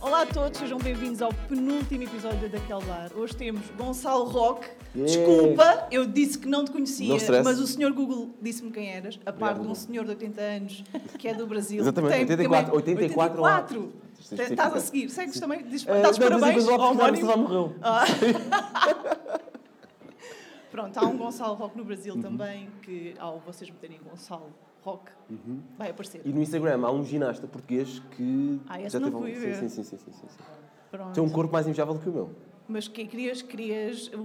Olá a todos, sejam bem-vindos ao penúltimo episódio daquele bar. Hoje temos Gonçalo Roque. Desculpa, eu disse que não te Não conhecia, stress. mas o senhor Google disse-me quem eras, a par de um Google. senhor de 80 anos que é do Brasil. Exatamente, 84, 84 anos. 84. Tens de ser Estás a fixe. seguir, segues também, diz, Eh, dás não, parabéns mas o ao Ah. Lopes Carlos homónimo. já morreu. Pronto, há um Gonçalo Roque no Brasil Uhum. também, que ao vocês meterem Gonçalo Roque, vai aparecer. Uhum. E no Instagram há um ginasta português que um- Ah, esse não fui ver. Sim, sim, sim, sim, sim, sim. Pronto. Tem um corpo mais invejável que o meu. Mas que, querias, querias o,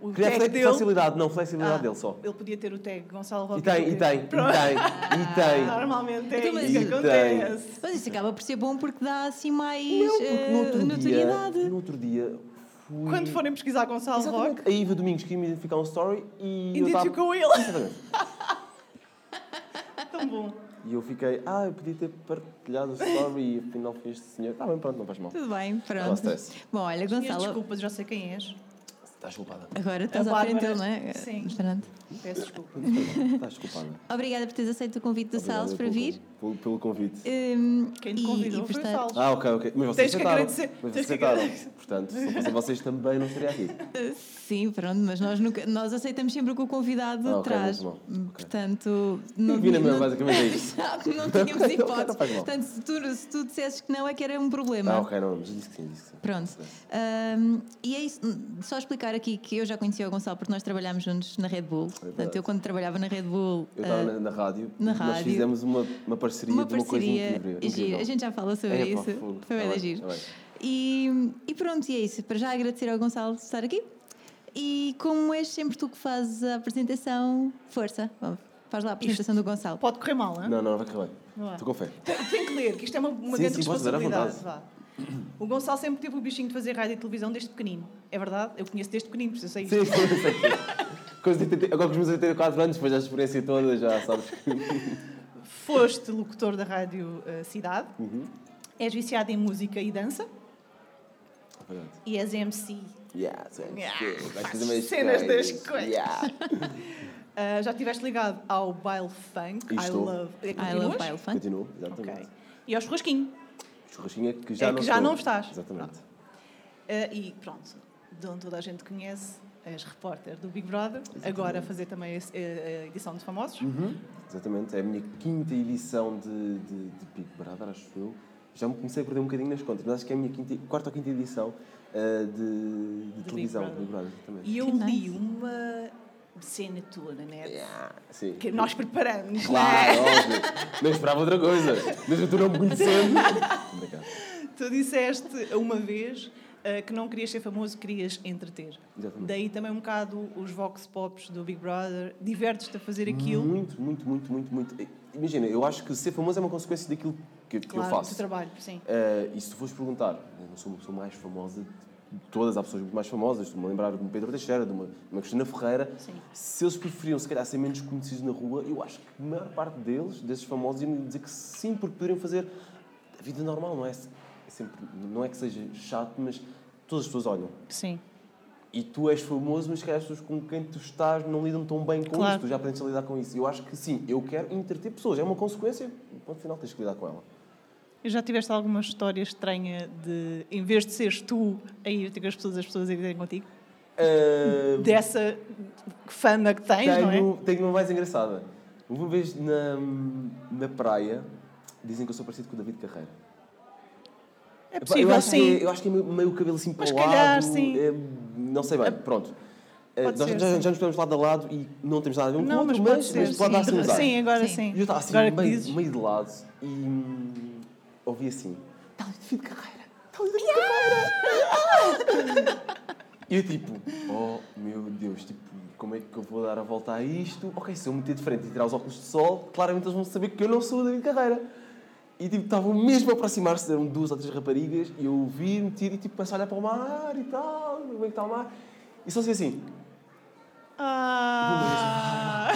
o Queria tag fle- dele. facilidade, não, flexibilidade Ah, dele só. Ele podia ter o tag Gonçalo E Roque. tem, e tem, e tem, Pronto. e tem. Normalmente é Então, mas- isso que E tem. acontece. Mas isso acaba por ser bom porque dá assim mais Não, porque no eh, outro dia, notoriedade. no outro dia fui... Quando forem pesquisar Gonçalo Roque, Exatamente, a Iva Domingos que ia me ficar um story e eu estava... identificou ele. Exatamente. É Tão bom. E eu fiquei, ah, eu podia ter partilhado o story e afinal fez este senhor. Tá bem, pronto, não faz mal. Tudo bem, Ela assim. pronto. stress. Bom, olha, Minhas Gonçalo, desculpas, já sei quem és. Estás culpada. agora estás A à frente Bárbara- dele, não é? Sim. Pronto. Peço desculpa. Estás culpada. Obrigada por teres aceito o convite do Obrigado Salles para pelo- vir. Pelo, pelo convite. Hum, Quem te e- convidou e foi por o estar- Salles. Ah, ok, ok. Mas Tens vocês que aceitaram. agradecer. Mas Tens vocês que aceitaram. agradecer. Portanto, se não fossem vocês também não estaria aqui. Sim, pronto, mas nós, nunca, nós aceitamos sempre o que o convidado Ah, ok, traz. muito bom. Hum, Ok. Portanto, Vina mesmo, basicamente é isto. não tínhamos Ok, não faz hipótese. mal. Portanto, se tu, se tu dissesses que não, é que era um problema. Ah, ok, não, mas eu disse que sim, disse que sim. Pronto. Ahm, e é isso. Só explicar aqui que eu já conhecia o Gonçalo porque nós trabalhámos juntos na Red Bull. Portanto, É verdade. eu quando trabalhava na Red Bull. Eu estava ah, na, na rádio, na nós rádio. fizemos uma, uma parceria uma de uma coisa parceria incrível. gira. incrível. A gente já fala sobre Epá, isso. fogo. Foi bem Tá bem, da giro. tá bem. E, e pronto, e é isso. Para já agradecer ao Gonçalo por estar aqui. E como és sempre tu que fazes a apresentação, força. Vamos, faz lá a apresentação do Gonçalo. Pode correr mal, não é? Não, não, vai correr Não vai. bem. Estou com fé. Tem que ler, que isto é uma, uma Sim, grande sim, posso ler à responsabilidade. Vá. O Gonçalo sempre teve o bichinho de fazer rádio e televisão desde pequenino. É verdade? Eu conheço desde pequenino, por isso eu sei isto. Sim, sim, sim. Com os 80 Agora com os meus 84 anos, depois da experiência toda, já sabes que. Foste locutor da Rádio eh, Cidade, Uhum. és viciado em música e dança Pronto. e és MC. Yeah, sim, sim. Yeah. Vais fazer umas Cenas das coisas. Yeah. Ah, já estiveste ligado ao baile funk, E I estou. love. eh, I continuas? love Pile Fun. Continuo, Ok. exatamente. E ao churrasquinho. Churrasquinha que já É não que já estou. não estás. Exatamente. Ah, e pronto, de onde toda a gente conhece, és repórter do Big Brother, agora a fazer também esse- eh, a, edição de famosos. Uhum. Exatamente, é a minha quinta edição de, de, de Big Brother, acho eu. Já me comecei a perder um bocadinho nas contas, mas acho que é a minha quinta, quarta ou quinta edição ah, de, de Big televisão, Brother. de Big Brother, exatamente. E eu Que li nice. uma cena tua na net Yeah, sim. que nós preparamos, É. Claro, não é? óbvio. Não esperava outra coisa. Mesmo tu não me conhecendo. Obrigado. Tu disseste uma vez ah, que não querias ser famoso, querias entreter. Exatamente. Daí também um bocado os vox pops do Big Brother, divertes-te a fazer aquilo. Muito, muito, muito, muito, muito. Imagina, eu acho que ser famoso é uma consequência daquilo que, que eu Claro, faço. do trabalho, sim. Eh, e se tu fores perguntar, eu não sou uma pessoa mais famosa de todas, há pessoas muito mais famosas, estou-me a lembrar de um Pedro Teixeira, de uma, de uma Cristina Ferreira, Sim. se eles preferiam se calhar ser menos conhecidos na rua, eu acho que a maior parte deles, desses famosos, iam dizer que sim, porque poderiam fazer a vida normal, não é? É sempre, não é que seja chato, mas todas as pessoas olham. Sim. E tu és famoso, mas se calhar as pessoas com quem tu estás não lidam tão bem com Claro. isso, tu já aprendes a lidar com isso. Eu acho que sim, eu quero entreter pessoas, é uma consequência, ponto final, tens que lidar com ela. Já tiveste alguma história estranha de, em vez de seres tu a ir ter com as pessoas, as pessoas a irem contigo? Eh, Dessa fama que tens, tenho, não é? tenho uma mais engraçada. Uma vez na, na praia, dizem que eu sou parecido com o David Carreira. É Epá, possível, eu acho sim. Que, eu acho que é meio, meio o cabelo assim para Mas o calhar, lado. sim. é, não sei bem, pronto. Eh, Pode nós ser, já, sim. já nos podemos lado a lado e não temos nada a ver um Não, com o mas outro, pode mas, ser. mas pode dar-se sim. uns ares. Sim, agora Sim. sim. E eu estava assim, agora que meio, dizes. meio de lado e hum, ouvi assim: Está ali David Carreira! Está ali David Carreira! E eu tipo: Oh meu Deus, tipo, como é que eu vou dar a volta a isto? Ok, se eu meter de frente e tirar os óculos de sol, claramente eles vão saber que eu não sou o David Carreira. E tipo, estavam mesmo a aproximar-se, eram duas ou três raparigas, e eu vi, me tiro e tipo, começo a olhar para o mar e tal, como é que está o mar? E só sei assim, Ah,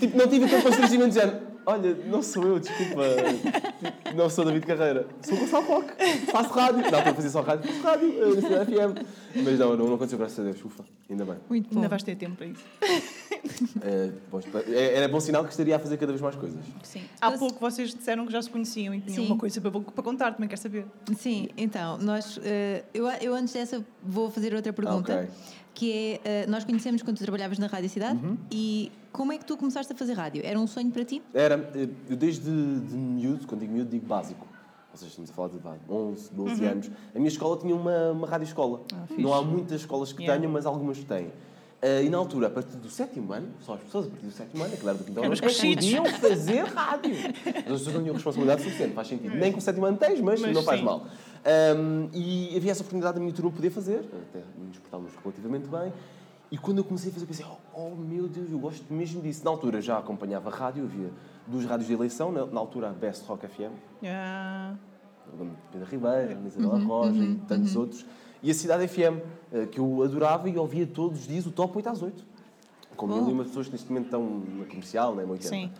Tipo, não tive aquele constrangimento de género. Olha, não sou eu, desculpa. tipo, Não sou David Carreira. Sou Gonçalo Roque. Faço rádio. Não, estou a fazer só rádio. Faço rádio. Eu na FM. Mas não, não, não aconteceu, graças a Deus. Ufa, ainda bem. Muito bom. Ainda vais ter tempo para isso. É, bom, espero- é- era bom sinal que estaria a fazer cada vez mais coisas. Sim. Há Mas- pouco vocês disseram que já se conheciam e tinham Sim. uma coisa para, para contar, também queres saber? Sim, então, nós, eh, eu, eu antes dessa vou fazer outra pergunta, ok. que é, eh, nós conhecemos quando tu trabalhavas na Rádio Cidade Uhum. e como é que tu começaste a fazer rádio? Era um sonho para ti? Era, eh, eu desde de miúdo, quando digo miúdo, digo básico. Ou seja, estamos a falar de vá, 11, 12 Uhum. anos. A minha escola tinha uma, uma rádio escola. Não há muitas escolas Ah, que Yeah. tenham, mas algumas que têm. Ah, e na altura, a partir do sétimo ano, só as pessoas a partir do sétimo ano, é claro, do quinto ano, Éramos é que crescidos. podiam fazer rádio. As pessoas não tinham responsabilidade suficiente, faz sentido. Nem com o sétimo ano tens, mas, Mas não faz sim. mal. Ahm, e havia essa oportunidade da minha turma poder fazer, até nos portávamos relativamente bem. E quando eu comecei a fazer, eu pensei, oh, oh, meu Deus, eu gosto mesmo disso. Na altura já acompanhava rádio, havia duas rádios de eleição, na, na altura a Best Rock FM, Ah, eu lembro de Pedro Ribeiro, Ana Isabela Roja e tantos outros. E a Cidade FM, eh, que eu adorava e ouvia todos os dias o top 8 às 8. Com mil e uma pessoas que neste momento estão na comercial, né, 80. Sim.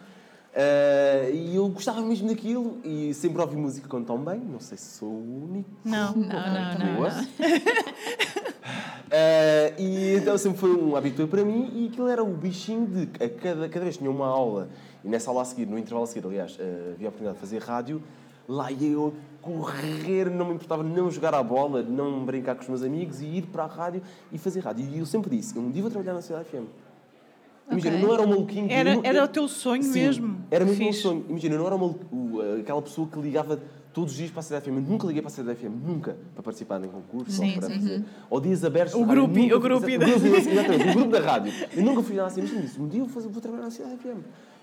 Eh, e eu gostava mesmo daquilo e sempre ouvi música quando estão bem. Não sei se sou o único. não, não, não. também ouço. Eh, e então sempre foi um habitué para mim e aquilo era o bichinho de que a cada, cada vez que tinha uma aula e nessa aula a seguir, no intervalo a seguir, aliás, eh, havia a oportunidade de fazer rádio, lá ia eu a correr, não me importava não jogar à bola, não brincar com os meus amigos e ir para a rádio e fazer rádio. E eu sempre disse, eu um dia vou trabalhar na Cidade FM. Imagina, Ok. eu não era um maluquinho. que- eu Era, não- era o teu sonho Sim, mesmo. Era mesmo um Fixe. sonho. Imagina, eu não era uma, o- eh, aquela pessoa que ligava todos os dias para a Cidade FM. Eu nunca liguei para a Cidade FM, nunca, para participar em concursos Sim, ou para sim. fazer. Ou dias abertos. O na rádio. grupi- Nunca o grupi fiz- da- o grupi- Exatamente, o grupo da rádio. Eu nunca fui lá assim, mas disse, um dia eu vou, fazer- vou trabalhar na Cidade FM.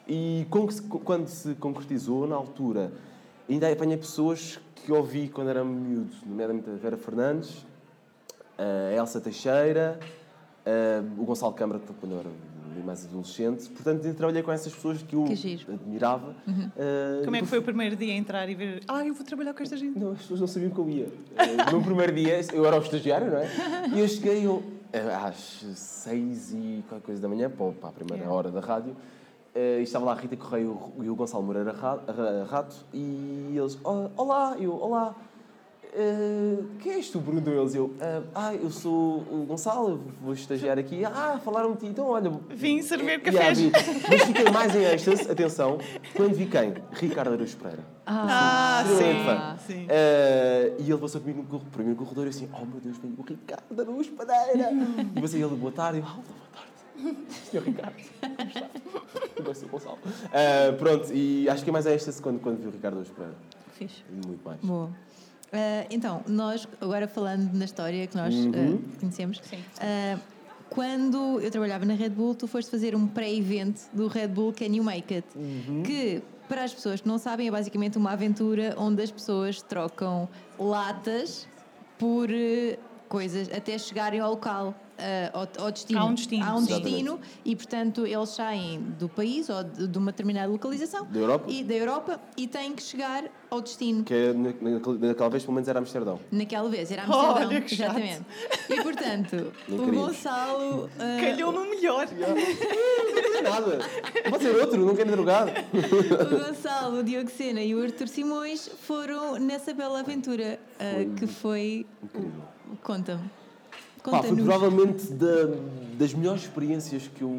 E com que se- quando se concretizou, na altura, ainda apanhei pessoas que ouvi quando era miúdo, nomeadamente a Vera Fernandes, Eh, a Elsa Teixeira, eh, o Gonçalo Câmara, que quando eu era mais adolescente. Portanto, eu trabalhei com essas pessoas que eu Que giro. admirava. eh, Como é e que foi o primeiro dia a entrar e ver? Ah, eu vou trabalhar com esta gente. não, as pessoas não sabiam que eu ia. Eh, No primeiro dia, eu era o estagiário, não é? E eu cheguei eu, eh, às seis e qualquer coisa da manhã, para para a primeira Yeah. hora da rádio. eh, e estava lá a Rita Correia e o- e o Gonçalo Moreira Ra- Ra- Rato. E eles, "Oh, olá, eu, olá. Eh, quem és tu, Bruno? Eles, eu, "Ah, ah, eu sou o Gonçalo, vou estagiar aqui. Ah, falaram-me de ti, então olha. Vim servir eh, cafés. vim. Mas fiquei mais em êxtase, atenção, quando vi quem? Ricardo Araújo Pereira. Ah, Extremamente sim. fã. sim. Eh, e ele passou comigo no corredor, primeiro corredor e eu assim, oh meu Deus, veio o Ricardo Araújo Padeira. e passei ele, boa tarde, e eu, "Ah, boa tarde. Senhor Ricardo, como está? Eu gosto do Gonçalo. Eh, pronto, e acho que é mais esta quando, quando vi o Ricardo Araújo Pereira. Ah, Fixe. Muito mais. Boa. Ah, então, nós, agora falando na história que nós Uhum. ah, conhecemos, Sim. ah, quando eu trabalhava na Red Bull, tu foste fazer um pré-evento do Red Bull Can You Make It, Uhum. que, para as pessoas que não sabem, é basicamente uma aventura onde as pessoas trocam latas por eh, coisas até chegarem ao local. ah, ao, ao destino. Há um destino. Há um Sim. destino e, portanto, eles saem do país ou de, de uma determinada localização Da Europa? e, da Europa e têm que chegar ao destino. Que é, na- na- naquela vez, pelo menos, era Amsterdão. Naquela vez, era Amsterdão. Olha, que chato. exatamente. E portanto, Nem o queríamos. Gonçalo. ah, Calhou-me É, melhor. Não tem nada. Pode ser outro, é não quero drogar. o Gonçalo, o Diogo Sena e o Arthur Simões foram nessa bela aventura ah, Foi que foi. Incrível. Conta-me. Pá, foi Conta-nos. provavelmente da- das melhores experiências que eu,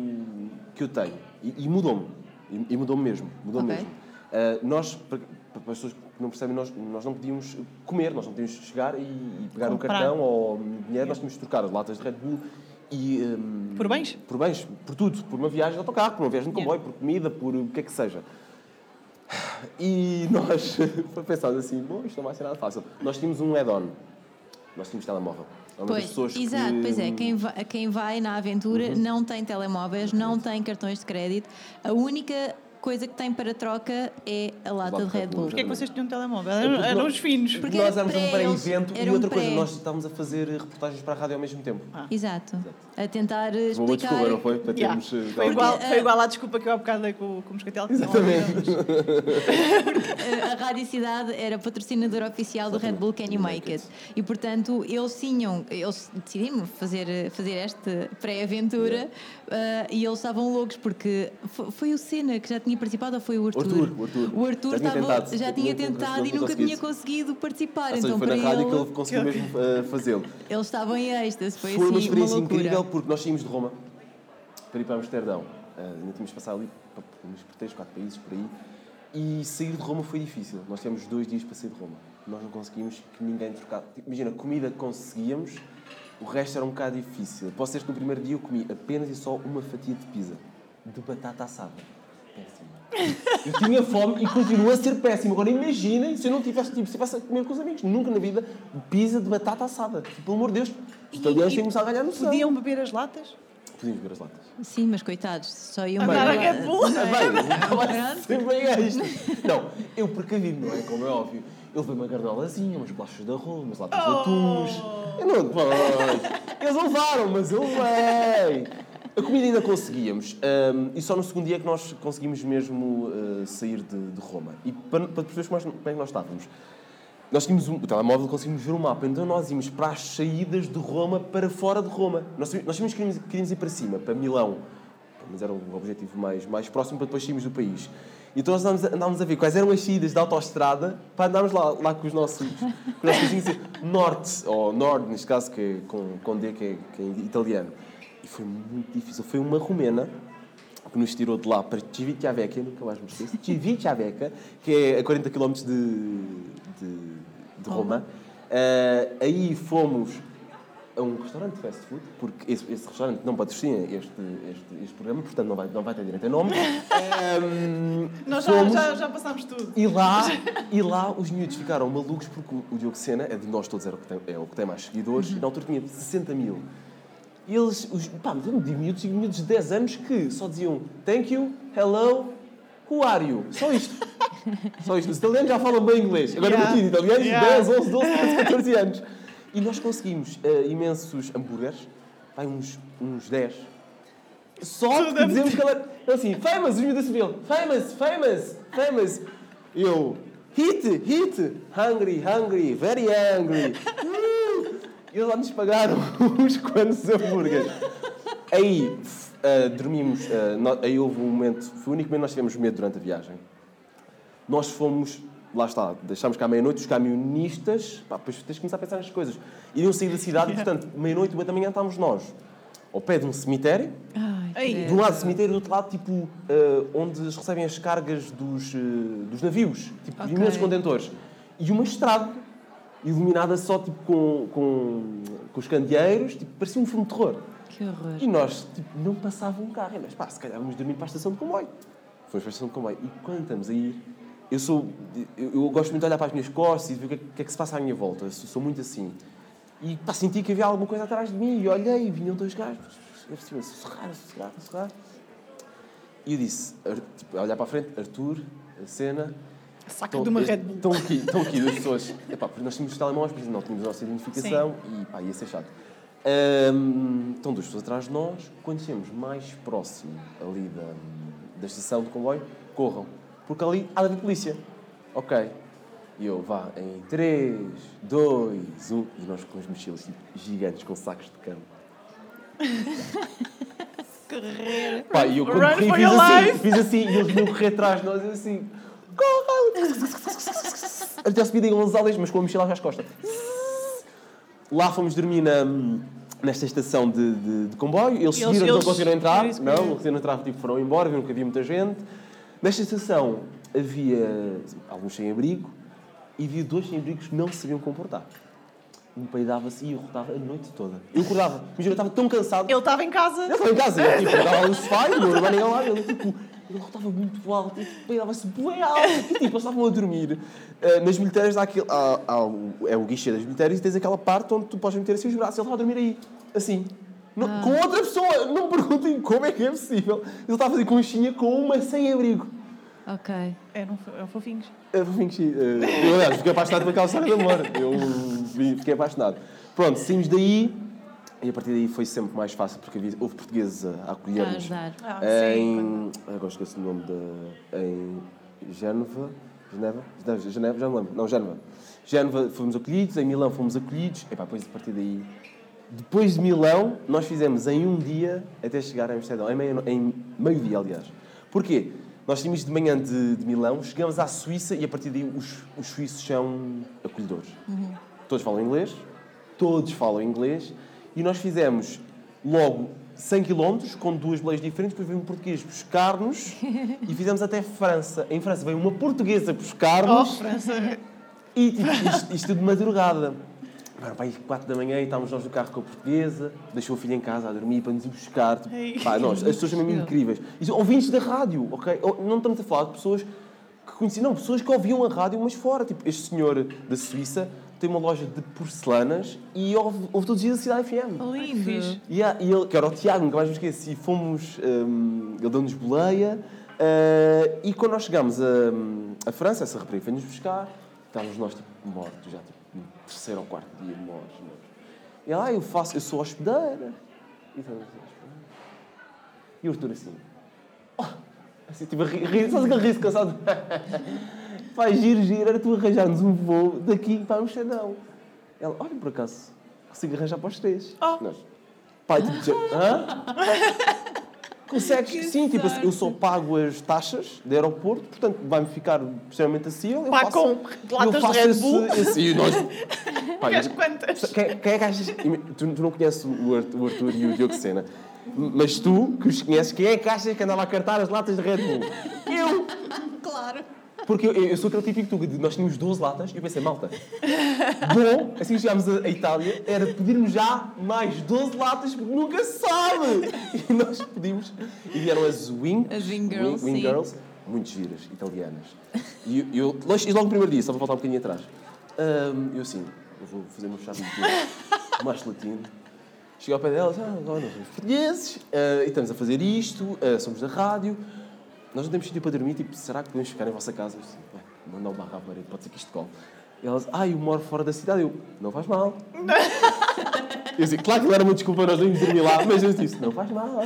que eu tenho. E, e mudou-me. E, e mudou-me mesmo. Mudou-me Ok. mesmo. Ah, nós, para, para as pessoas que não percebem, nós, nós não podíamos comer, nós não podíamos chegar e, e pegar um Comprar. cartão ou dinheiro, nós tínhamos de trocar latas de Red Bull e. hum, Por é bens? Por bens, por tudo. Por uma viagem de autocarro, por uma viagem de comboio, por comida, por o que é que seja. E nós pensámos assim, bom, isto não vai ser nada fácil. Nós tínhamos um add-on. Nós tínhamos telemóvel. Há muitas Pois, pessoas que- Uhum. exato, pois é, quem vai, quem vai na aventura não tem telemóveis, não tem cartões de crédito, a única coisa que tem para troca é a lata de Red Bull. Porquê é que vocês tinham um telemóvel? Eram, Porque eram nós- os finos. Porque nós era éramos um pré, eles- pré-evento e era um outra coisa, pré. nós estávamos a fazer reportagens para a rádio ao mesmo tempo. Exato. A tentar Uma eh, boa explicar. desculpa, não foi? Para Yeah. termos. eh, Foi, tal- igual, foi igual à desculpa que eu há bocado dei com, com o Moscatel. que não Exatamente. a Rádio Cidade era patrocinadora oficial do Red Bull Can You Make It. E portanto, eles tinham, eles decidiram fazer, fazer esta pré-aventura eh, e eles estavam loucos porque fo- foi, o Senna que já tinha participado ou foi o Arthur? Arthur, o Arthur. O Arthur Já tinha estava- tentado. já tinha Nunca- nunca- tentado e nunca nunca tinha conseguisse. conseguido participar. Ou seja, então, foi para na rádio ele, que ele conseguiu mesmo eh, fazê-lo. eles estavam em êxtase. Foi, Foi, assim, uma experiência loucura. incrível porque nós saímos de Roma para ir para Amsterdão. Ah, ainda tínhamos passado ali para pelo menos por 3, 4 países por aí. E sair de Roma foi difícil. Nós tivemos dois dias para sair de Roma. Nós não conseguimos que ninguém trocasse. Tipo, Imagina, comida conseguíamos, o resto era um bocado difícil. Posso dizer que no primeiro dia eu comi apenas e só uma fatia de pizza, de batata assada. Péssimo. Eu tinha fome e continua a ser péssimo. Agora imaginem se eu não tivesse, tipo, se tivesse a comer com os amigos. Nunca na vida pizza de batata assada. Tipo, Pelo amor de Deus, os italianos têm que começar a ganhar no céu. Podiam beber as latas? Podíamos ver as latas. Sim, mas coitados, só iam Agora para- Red Bull. não é? Bem, sempre bem é isto. Não, eu precavido, não é? Como é óbvio. Eu levei uma gardolazinha, umas bolachas de arroz, umas latas de atuns. Oh. Eu não depois. Eles levaram, mas eu levei. A comida ainda conseguíamos. ahm, e só no segundo dia é que nós conseguimos mesmo ah, sair de, de Roma. E para, para perceberes como, nós- como é que nós estávamos. Nós tínhamos um, o telemóvel, conseguimos ver o mapa, então nós íamos para as saídas de Roma, para fora de Roma. Nós, sabíamos- nós sabíamos que queríamos, queríamos ir para cima, para Milão. Mas era o objetivo mais, mais próximo para depois sairmos do país. Então nós andávamos a, andávamos a ver quais eram as saídas da autoestrada para andarmos lá, lá com os nossos, com os nossos vizinhos, norte, ou nord, neste caso, que é com, com D, que é, que é italiano. E foi muito difícil. Foi uma romena que nos tirou de lá para Civitavecchia, nunca mais me esqueço, Civitavecchia, que é a 40 km de, de, de Roma. Ah, aí fomos a um restaurante de fast food, porque esse, esse restaurante não patrocina este, este, este programa, portanto não vai, não vai ter direito a nome. Ahm, Nós já, fomos- já, já passámos tudo. e lá, e lá os miúdos ficaram malucos porque o- o Diogo Sena, é de nós todos, era o que tem, é o que tem mais seguidores, Uhum. e na altura tinha 60 mil. E eles, os, pá, mas eu de miúdos, e miúdos de 10 anos que só diziam thank you, hello, who are you? Só isto. Só isto. Os italianos já falam bem inglês. Agora Yeah. imagina, italianos de Yeah. 10, 11, 12, 13, 14 anos. E nós conseguimos eh, imensos hambúrgueres, vai uns, uns 10. Só porque dizemos que ela era ela assim, famous, os miúdos sabiam, famous, famous, famous. Eu, hit, hit, hungry, hungry, very hungry. Uh, Eles lá nos pagaram uns quantos hambúrgueres. Aí f- ah, dormimos, ah, nó- aí houve um momento, foi o único momento que nós tivemos medo durante a viagem. Nós fomos, lá está, deixámos cá à meia-noite os camionistas, pá, depois tens de começar a pensar nas coisas. Iriam sair da cidade, portanto, meia-noite, uma da manhã estávamos nós. Ao pé de um cemitério, Ai, Ei, credo. de um lado cemitério, do outro lado, tipo, eh, onde eles recebem as cargas dos, eh, dos navios, tipo, Ok. imensos contentores. E uma estrada iluminada só, tipo, com, com, com os candeeiros, tipo, parecia um filme de terror. Que horror. E nós, tipo, não passava um carro. E nós, pá, se calhar vamos dormir para a estação de comboio. Fomos para a estação de comboio. E quando estamos a ir, eu sou... Eu, eu gosto muito de olhar para as minhas costas e ver o que é, o que é que se passa à minha volta. Eu sou, sou muito assim. E, pá, senti que havia alguma coisa atrás de mim. E olhei e vinham dois gajos. Eu percebi, sussurrar, sussurrar, sussurrar. E eu disse, Ar- tipo, a olhar para a frente, Arthur, a cena... Saca de uma Red Bull. Estão Então, eh, aqui, estão aqui duas pessoas. Epá, porque nós tínhamos os telemóveis, mas não tínhamos a nossa identificação e pá, ia ser chato. Ahm, estão duas pessoas atrás de nós. Quando chegamos mais próximo ali da, da estação de comboio, corram. Porque ali há de haver polícia. Ok. E eu, vá, em 3, 2, 1. E nós com as mochilas tipo, gigantes, com sacos de cama. Carreira. Pá, e eu quando Run corri, for fiz your assim, life. fiz assim, e eles vinham correr atrás de nós, eu assim, corram! Até subi em Gonzalez, mas com a mochila às costas. Lá fomos dormir na, nesta estação de, de- de comboio, eles Eles- seguiram, eles, não eles- conseguiram entrar, era isso que eu não, ia não conseguiram entrar, tipo, foram embora, viram que havia muita gente. Nesta estação havia tipo, alguns sem abrigo e havia dois sem abrigos que não se sabiam comportar. Um peidava-se e eu rodava a noite toda. Eu acordava, imagina, eu estava tão cansado Ele estava em casa. eu estava em casa, eu tipo, andava no sofá e o meu irmão ia lá, ele tipo, ele estava muito alto, e tipo, ele dava-se bué alto, e tipo, eles estavam a dormir. Ah, nas bilheteiras há aquele, há- há o- é o guichê das bilheteiras e tens aquela parte onde tu podes meter assim os braços, ele estava a dormir aí, assim. Não- Com outra pessoa, não me perguntem como é que é possível. Ele estava a fazer conchinha com uma sem abrigo. Ok. Eram, fo- eram é fofinhos. Eu, vou fingir, eh, eu, aliás, fiquei apaixonado pela calçada de amor. Eu vi- fiquei apaixonado. Pronto, saímos daí e a partir daí foi sempre mais fácil porque havia, houve portugueses a a A acolher-nos. ajudar. Ah, em. Ah, Agora esqueci o nome da. Em. Génova. Geneva? Não, Geneva, já me lembro. Não, Génova. Génova fomos acolhidos, em Milão fomos acolhidos. E depois a partir daí. Depois de Milão, nós fizemos em um dia até chegar a Amsterdão. Em meio- em meio-dia, aliás. Porquê? Nós tínhamos de manhã de, de Milão, chegamos à Suíça e a partir daí os, os suíços são acolhedores. Todos falam inglês, todos falam inglês e nós fizemos logo 100 km com duas leis diferentes, depois veio um português buscar-nos e fizemos até França. Em França veio uma portuguesa Oh, buscar-nos França. e tipo, isto, isto de madrugada. Era para aí 4 da manhã e estávamos nós no carro com a portuguesa, deixou a filha em casa a dormir para nos ir buscar. Tipo, Ei. Pá, nós, as pessoas são mesmo incríveis. E são ouvintes da rádio, ok? Ou- Não estamos a falar de pessoas que conheciam, não, pessoas que ouviam a rádio, mas fora. Tipo, este senhor da Suíça tem uma loja de porcelanas e ouve, ouve todos os dias a Cidade FM. Lindo. fixe. E, há- e ele, que era o Tiago, nunca mais me esqueci, fomos, hum, ele deu-nos boleia eh, e quando nós chegámos a, hum, a França, essa rapariga foi-nos buscar, estávamos nós tipo mortos, já tipo no terceiro ou quarto dia mortos. mortos. E ela, ah, eu faço, eu sou hospedeira. E estávamos assim, hospedeira. E o Arthur assim, oh, assim, tipo a rir, rir sabes aquele riso cansado? Vai, giro, giro, era tu arranjarmos um voo daqui para Amsterdão. Ela, olha, por acaso, consigo arranjar para os três. Oh. Nós, Pai, tipo, já- hã? Que Consegues? Sim, tipo, eu- eu sorte. só pago as taxas de aeroporto, portanto vai-me ficar extremamente acessível. eu Pá, faço- com latas de eu faço Red esse- Bull. esse- e nós... Pá, Queres eu- quantas? quem, quem é que achas... Tu, tu não conheces o Ar- o Arthur e o Diogo Sena, mas tu, que os conheces, quem é que achas que andava a cartar as latas de Red Bull? Eu! Claro. Porque eu, eu sou aquele típico tu, que nós tínhamos 12 latas e eu pensei, malta, bom, assim que chegámos à à Itália, era pedirmos já mais 12 latas porque nunca se sabe. E nós pedimos e vieram as Wing, As Wing Girls, Wing, sim. Girls muito giras, italianas. E eu, eu, logo- e logo no primeiro dia, só para voltar um bocadinho atrás, hum, eu assim, eu vou fazer uma chave de tudo, mais latino. Cheguei ao pé delas, ah, agora nós somos portugueses, ah, e estamos a fazer isto, ah, somos da rádio, nós não temos sítio para dormir, tipo, será que podemos ficar em vossa casa? Eu disse, "Ué, manda o barra à parede, pode ser que isto cole. E elas, ah, eu moro fora da cidade. Eu, não faz mal. eu disse, claro que não era uma desculpa, nós não íamos dormir lá, mas eu disse, não faz mal.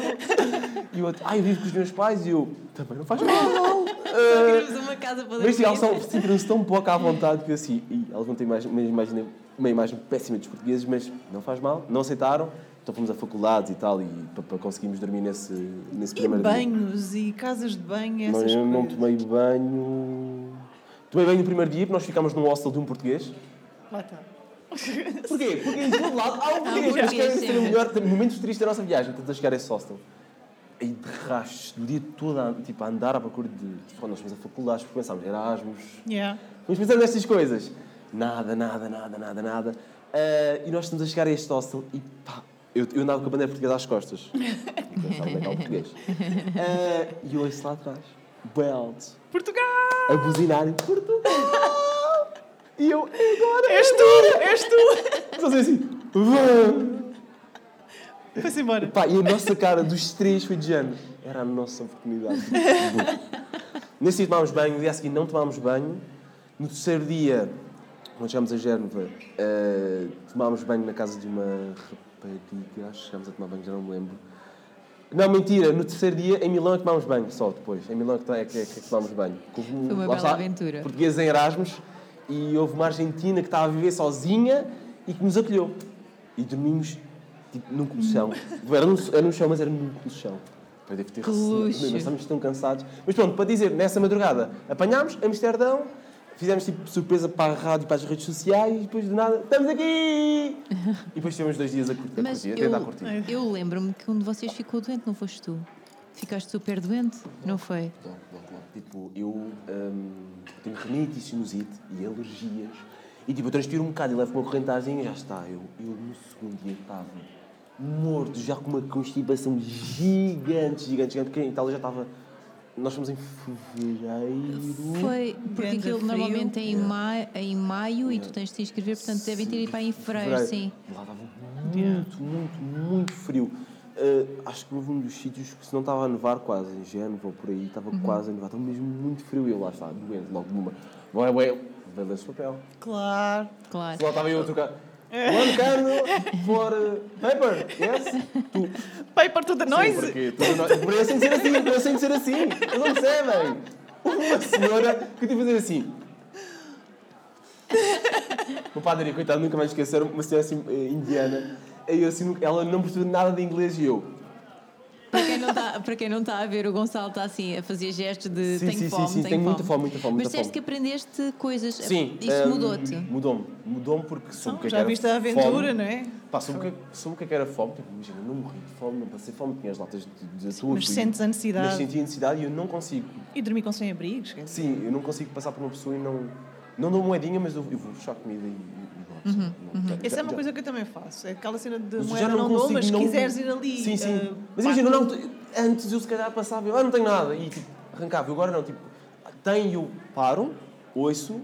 E o outro, ah, eu vivo com os meus pais. E eu, também não faz mal. Só Ah, queremos uma casa para mas sim, um elas dormir. são- sentiram-se tão pouco à vontade que eu assim, "Ih, elas vão ter mais, uma, imagem, uma imagem péssima dos portugueses, mas não faz mal, não aceitaram. Então fomos a faculdades e tal, e para, para conseguirmos dormir nesse, nesse E primeiro dia. banhos e casas de banho, Não, essas eu não coisas. tomei banho. Tomei banho no primeiro dia, porque nós ficámos num hostel de um português. Lá está. Porquê? Porque em todo lado há um português. Eles português, querem ser sim. o melhor tem momentos tristes da nossa viagem, estamos a chegar a esse hostel. Aí de rastros, do dia todo, a, tipo, a andar à procura de. Pô, nós fomos a faculdades, porque pensámos Erasmus, Yeah. Vamos pensando nestas coisas. Nada, nada, nada, nada, nada. Ah, e nós estamos a chegar a este hostel e pá, eu, eu andava com a bandeira portuguesa às costas. E pensava, onde é que há o português? Ah, e ouço lá atrás, bem alto, Portugal! a buzinar em Portugal. E eu, "É agora És tu! És tu! Só sei assim, vão. Foi-se embora. Pá, e a nossa cara dos três foi de género. Era a nossa oportunidade. Nesse dia tomámos banho, no dia a seguir não tomámos banho. No terceiro dia, quando chegámos a Génova, eh, tomámos banho na casa de uma rapariga, acho que chegámos a tomar banho, já não me lembro. Não, mentira, no terceiro dia em Milão é que tomámos banho, só depois. Em Milão é que, é que, é que tomámos banho. Foi Foi uma bela aventura. Português em Erasmus e houve uma Argentina que estava a viver sozinha e que nos acolheu. E dormimos tipo, num colchão. era, num, era num chão, mas era num colchão. Eu devo ter Que recebido. luxo. Nós estamos tão cansados. Mas pronto, para dizer, nessa madrugada apanhámos Amsterdão, fizemos tipo surpresa para a rádio e para as redes sociais e depois de nada, estamos aqui! e depois tivemos dois dias a curtir, a, Mas curtir, a eu- tentar curtir. Eu lembro-me que um de vocês ficou doente, não foste tu? Ficaste super doente? Não foi? Logo, logo, logo. Tipo, eu hum, tenho renite e sinusite e alergias. E tipo, eu transpiro um bocado e levo uma correntagem e já está. Eu, eu no segundo dia estava morto, já com uma constipação gigante, gigante, gigante. Porque em Itália já estava... Nós fomos em fevereiro... Foi, porque Ganda aquilo frio. normalmente é em, Yeah. ma- é em maio e Yeah. tu tens de te inscrever, portanto devem ter ido para em fevereiro, Fevereiro. sim. E Lá estava Yeah. muito, muito, muito frio. Eh, acho que houve um dos sítios que se não estava a nevar quase, em Génova ou por aí, estava Uhum. quase a nevar, estava mesmo muito frio e eu lá estava, doente, logo de uma. Não é bem, valeu-se papel. Claro. Claro. Se lá estava eu a tocar. One candle for eh, paper, yes? Tu, Paper to the Sim, noise! porque tudo nós- Por isso tem de ser assim, por isso tem de ser assim. Eles não percebem. Uma senhora que tive a fazer assim. O padre, coitado, nunca mais esqueceram, uma senhora assim, eh, indiana. E eu assim, nunca- ela não percebeu nada de inglês e eu. Para quem não tá- para quem não está a ver, o Gonçalo está assim a fazer gestos de Sim, tenho sim, fome, sim, sim, tenho tenho fome. muita fome, muita fome, Mas muita disseste fome. que aprendeste coisas, eh, Sim. isso hum, mudou-te. Mudou-me. Mudou-me porque soube o que é que Já era viste a fome. aventura, não é? Pá, soube o que, soube o que é que era fome. Tipo, imagina, não morri de fome, não passei fome, tinha as latas de, de atum. Mas fui- sentes a necessidade. Mas senti a necessidade e eu não consigo. E dormir com sem-abrigos. quer dizer. Sim, eu não consigo passar por uma pessoa e não... Não dou moedinha, mas eu, eu vou buscar comida e... e, e gosto. Não quero- Essa já- é uma já- coisa que eu também faço. É aquela cena de Mas eu moeda já não, não dou, consigo, mas se não- quiser ir ali. Sim, sim. eh, mas pá, imagina, não, antes eu se calhar passava, eu ah, não tenho nada, e tipo, arrancava. Eu agora não, tipo, tenho, eu paro, ouço.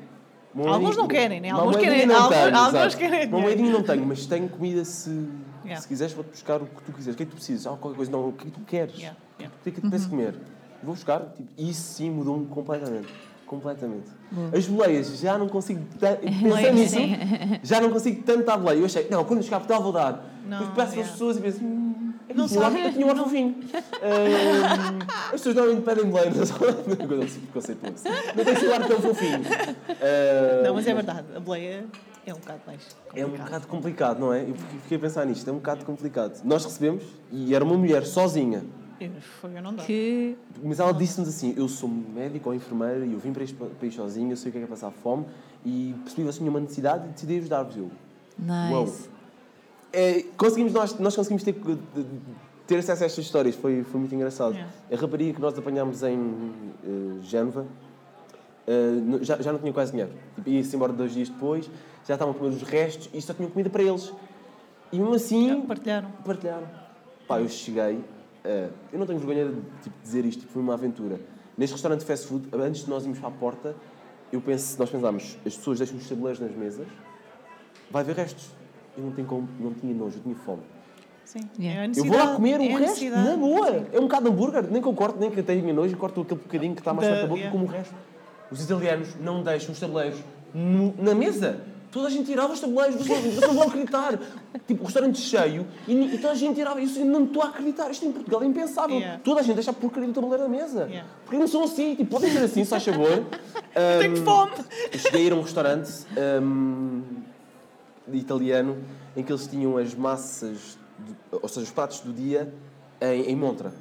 uma Alguns moedinha- não querem, né? uma Alguns moedinha querem- não alguns- tenho, alguns exato. querem Uma dinheiro. moedinha não tenho, mas tenho comida se, Yeah. se quiseres, vou-te buscar o que tu quiseres. O que é que tu precisas? Ah, qualquer coisa, não, o que é que tu queres? Yeah, yeah. O que é que te apetece comer? Vou buscar, tipo, isso sim mudou-me completamente. Completamente. As boleias, já não consigo. ta- Pensei Boleias, nisso, sim. já não consigo tanto à boleia. Eu achei, não, quando eu chegar a Portugal vou dar. Não, Depois peço yeah. às pessoas e penso, hum, é que Não não sabe. sabe. Eu tinha um orfofinho. Hum, as pessoas normalmente pedem boleia, não sabe? Coisa assim, preconceituoso. Não tem celular tão fofinho. Hum, Não, mas é verdade. A boleia é um bocado mais complicado. é um bocado complicado, não é? Eu fiquei- fiquei a pensar nisto, é um bocado complicado. Nós recebemos e era uma mulher sozinha. Eu- Foi eu não dou. Que Mas ela disse-nos assim: Eu sou médico ou enfermeira e eu vim para este pa- país sozinha, eu sei o que é, que é passar fome e percebi que vocês tinham uma necessidade e decidi ajudar-vos. Eu, uau! nice. É, conseguimos, nós, nós conseguimos ter, ter acesso a estas histórias, foi, foi muito engraçado. É. A rapariga que nós apanhámos em eh, Génova eh, no- já, já não tinha quase dinheiro. Tipo, Ia-se embora dois dias depois, já estavam a comer os restos e só tinham comida para eles. E mesmo assim, Partilharam. Partilharam. Pá, eu cheguei. eh, eu não tenho vergonha de tipo, dizer isto, tipo, foi uma aventura. Neste restaurante de fast food, antes de nós irmos para a porta, eu penso, nós pensámos, as pessoas deixam os tabuleiros nas mesas, vai haver restos. Eu não, tenho como- não tinha nojo, eu tinha fome. Sim. É Yeah. a Eu vou lá necessidade, comer o é a resto, necessidade. na boa. É um bocado de hambúrguer, nem que eu corte, nem que eu tenha nojo, eu corto aquele bocadinho que está mais Da- perto da boca, yeah. como o resto. Os italianos não deixam os tabuleiros no- na mesa. Toda a gente tirava os tabuleiros, vocês, vocês não vão acreditar. Tipo, o restaurante cheio e, ni- e toda a gente tirava. Isso eu não estou a acreditar. Isto em Portugal é impensável. Yeah. Toda a gente deixa a porcaria do tabuleiro na mesa. Yeah. Porque não são assim. Tipo, podem ser assim, só a favor. é? Tenho fome. Eu cheguei a ir a um restaurante hum, italiano em que eles tinham as massas, do- ou seja, os pratos do dia em, em montra.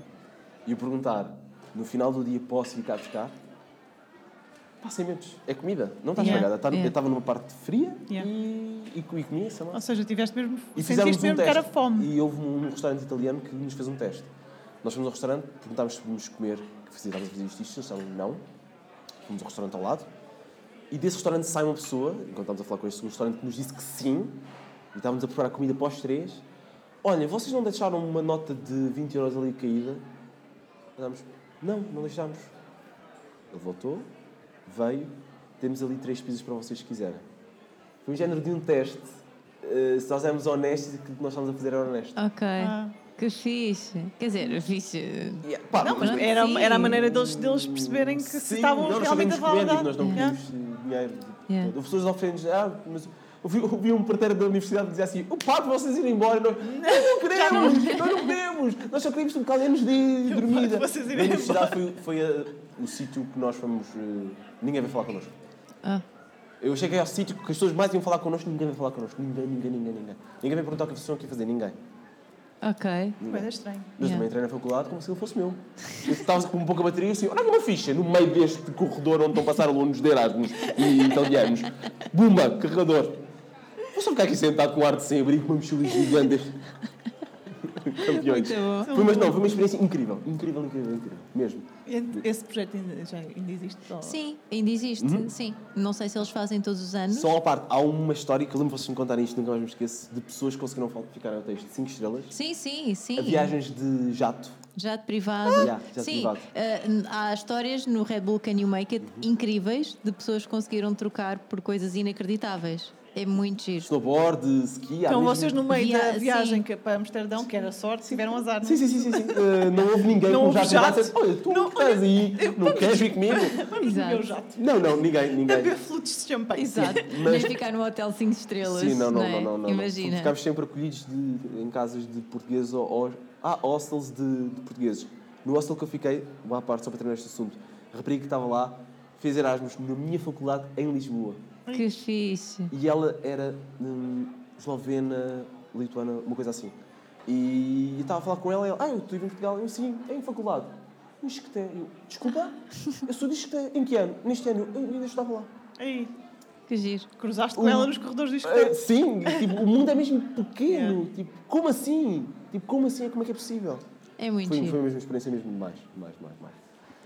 E eu perguntar, no final do dia posso ir cá buscar? Pá, sem medos. É comida, não está Yeah, estragada. Está- yeah. Eu estava numa parte fria Yeah. e, e, co- e comia essa Ou massa. seja, tiveste mesmo. E um sentiste mesmo que era fome. E houve um restaurante italiano que nos fez um teste. Nós fomos ao restaurante, perguntámos se podíamos comer, que precisávamos fazer isto, isto, eles disseram não. Fomos ao restaurante ao lado. E desse restaurante sai uma pessoa, enquanto estávamos a falar com este segundo restaurante, que nos disse que sim. E estávamos a preparar comida para os três. Olha, vocês não deixaram uma nota de 20 euros ali caída? Andámos, não, não deixámos. Ele voltou, veio, temos ali três pizzas para vocês se quiserem. Foi um género de um teste. Eh, se nós éramos honestos, aquilo que nós estávamos a fazer era honesto. Ok. Ah. Que fixe. Quer dizer, fixe. E, pá, Não, mas Sim. era, era a maneira deles, deles perceberem que se Sim, estavam nós realmente a sabemos que validar. nós não Yeah. queríamos eh, dinheiro. Yeah. Houve pessoas oferecendo ah, mas ouvi, ouvi um parteiro da universidade que dizia assim, o pá, para vocês irem embora, nós nós não queremos, nós não queremos, nós só queríamos um bocado menos de para dormida. vocês irem a universidade foi, foi a- o sítio que nós fomos, eh, ninguém veio falar connosco. Ah. Eu cheguei ao sítio que as pessoas mais iam falar connosco, ninguém veio falar connosco, ninguém, ninguém, ninguém, ninguém. Ninguém veio perguntar o que vocês estão aqui a fazer, ninguém. Ok. Mas é estranho. Mas Yeah. também entrei na faculdade como se ele fosse meu. Eu estava com pouca bateria e assim, olha uma ficha no meio deste corredor onde estão a passar alunos de Erasmus e italianos. Bumba, carregador. Vou só ficar aqui sentado com o ar de sem abrigo, com uma mochila gigante. Campeões. Muito bom. Foi, mas não, foi uma experiência incrível. Incrível, incrível, incrível. Mesmo. Esse projeto ainda, já ainda existe? Ou... Sim, ainda existe. Sim. Não sei se eles fazem todos os anos. Uhum. Só à parte, há uma história que eu lembro vocês me contarem isto, nunca mais me esqueço, de pessoas que conseguiram ficar no texto de 5 estrelas. Sim, sim, sim. A Ah! viagens de jato. Jato privado. Yeah, jato Sim, privado. Uhum. eh, há histórias no Red Bull Can You Make It incríveis de pessoas que conseguiram trocar por coisas inacreditáveis. É muito giro. Snowboard, ski, há Então mesmo- vocês no meio Via- da viagem sim. que, é para Amsterdão, que era sorte, tiveram azar. não é? Sim, sim, sim, sim. sim. Eh, não houve ninguém Não com um houve jato privado jato. que disse, olha, tu não, estás aí, não queres vir comigo? Vamos no Exato. meu jato. Não, não, ninguém, A ver ninguém. flutos de champanhe. Exato. Mas- Mas ficar num hotel 5 estrelas. Sim, não, não, é? não, não, não. Imagina. Ficámos sempre acolhidos de- em casas de portugueses ou, ou há hostels de, de portugueses. No hostel que eu fiquei, uma parte só para terminar este assunto, a rapariga que estava lá fez Erasmus na minha faculdade em Lisboa. Que fixe. E ela era hum, eslovena, lituana, uma coisa assim. E eu estava a falar com ela e ela, ah, eu estive em Portugal. Eu, sim, em faculdade. Um esqueté. Eu, desculpa, eu sou de esqueté. Em que ano? Neste ano. Eu, eu ainda estava lá. Aí, Que giro. cruzaste O- com ela nos corredores de Ah, escola. sim, tipo, o mundo é mesmo pequeno. Tipo, como assim? Tipo, como assim? Como é que é possível? É muito Foi, um giro. foi a mesma experiência mesmo mais, mais, mais, mais.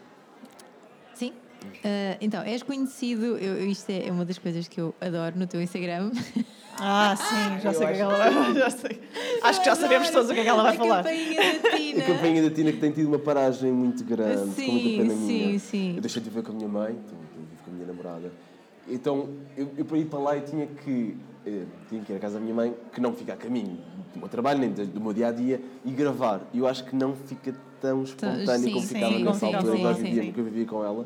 um Sim. Ah, então, és conhecido, eu, eu- isto é uma das coisas que eu adoro no teu Instagram. Ah, sim, já Eu sei o que é que acho ela vai já sei. Acho que já sabemos todos o que é que ela vai A falar. campainha da A Tina. campanha da Tina que tem tido uma paragem muito grande, com muita Sim, pena sim, minha. sim. Eu deixei de viver com a minha mãe, então eu vivo com a minha namorada. Então, eu, eu para ir para lá eu tinha que, eh, tinha que ir à casa da minha mãe, que não fica a caminho do meu trabalho, nem do, do meu dia-a-dia, e gravar. E eu acho que não fica tão espontâneo sim, como sim, ficava sim, nessa sim, altura que nós sim, vivíamos, sim. que eu vivia com ela.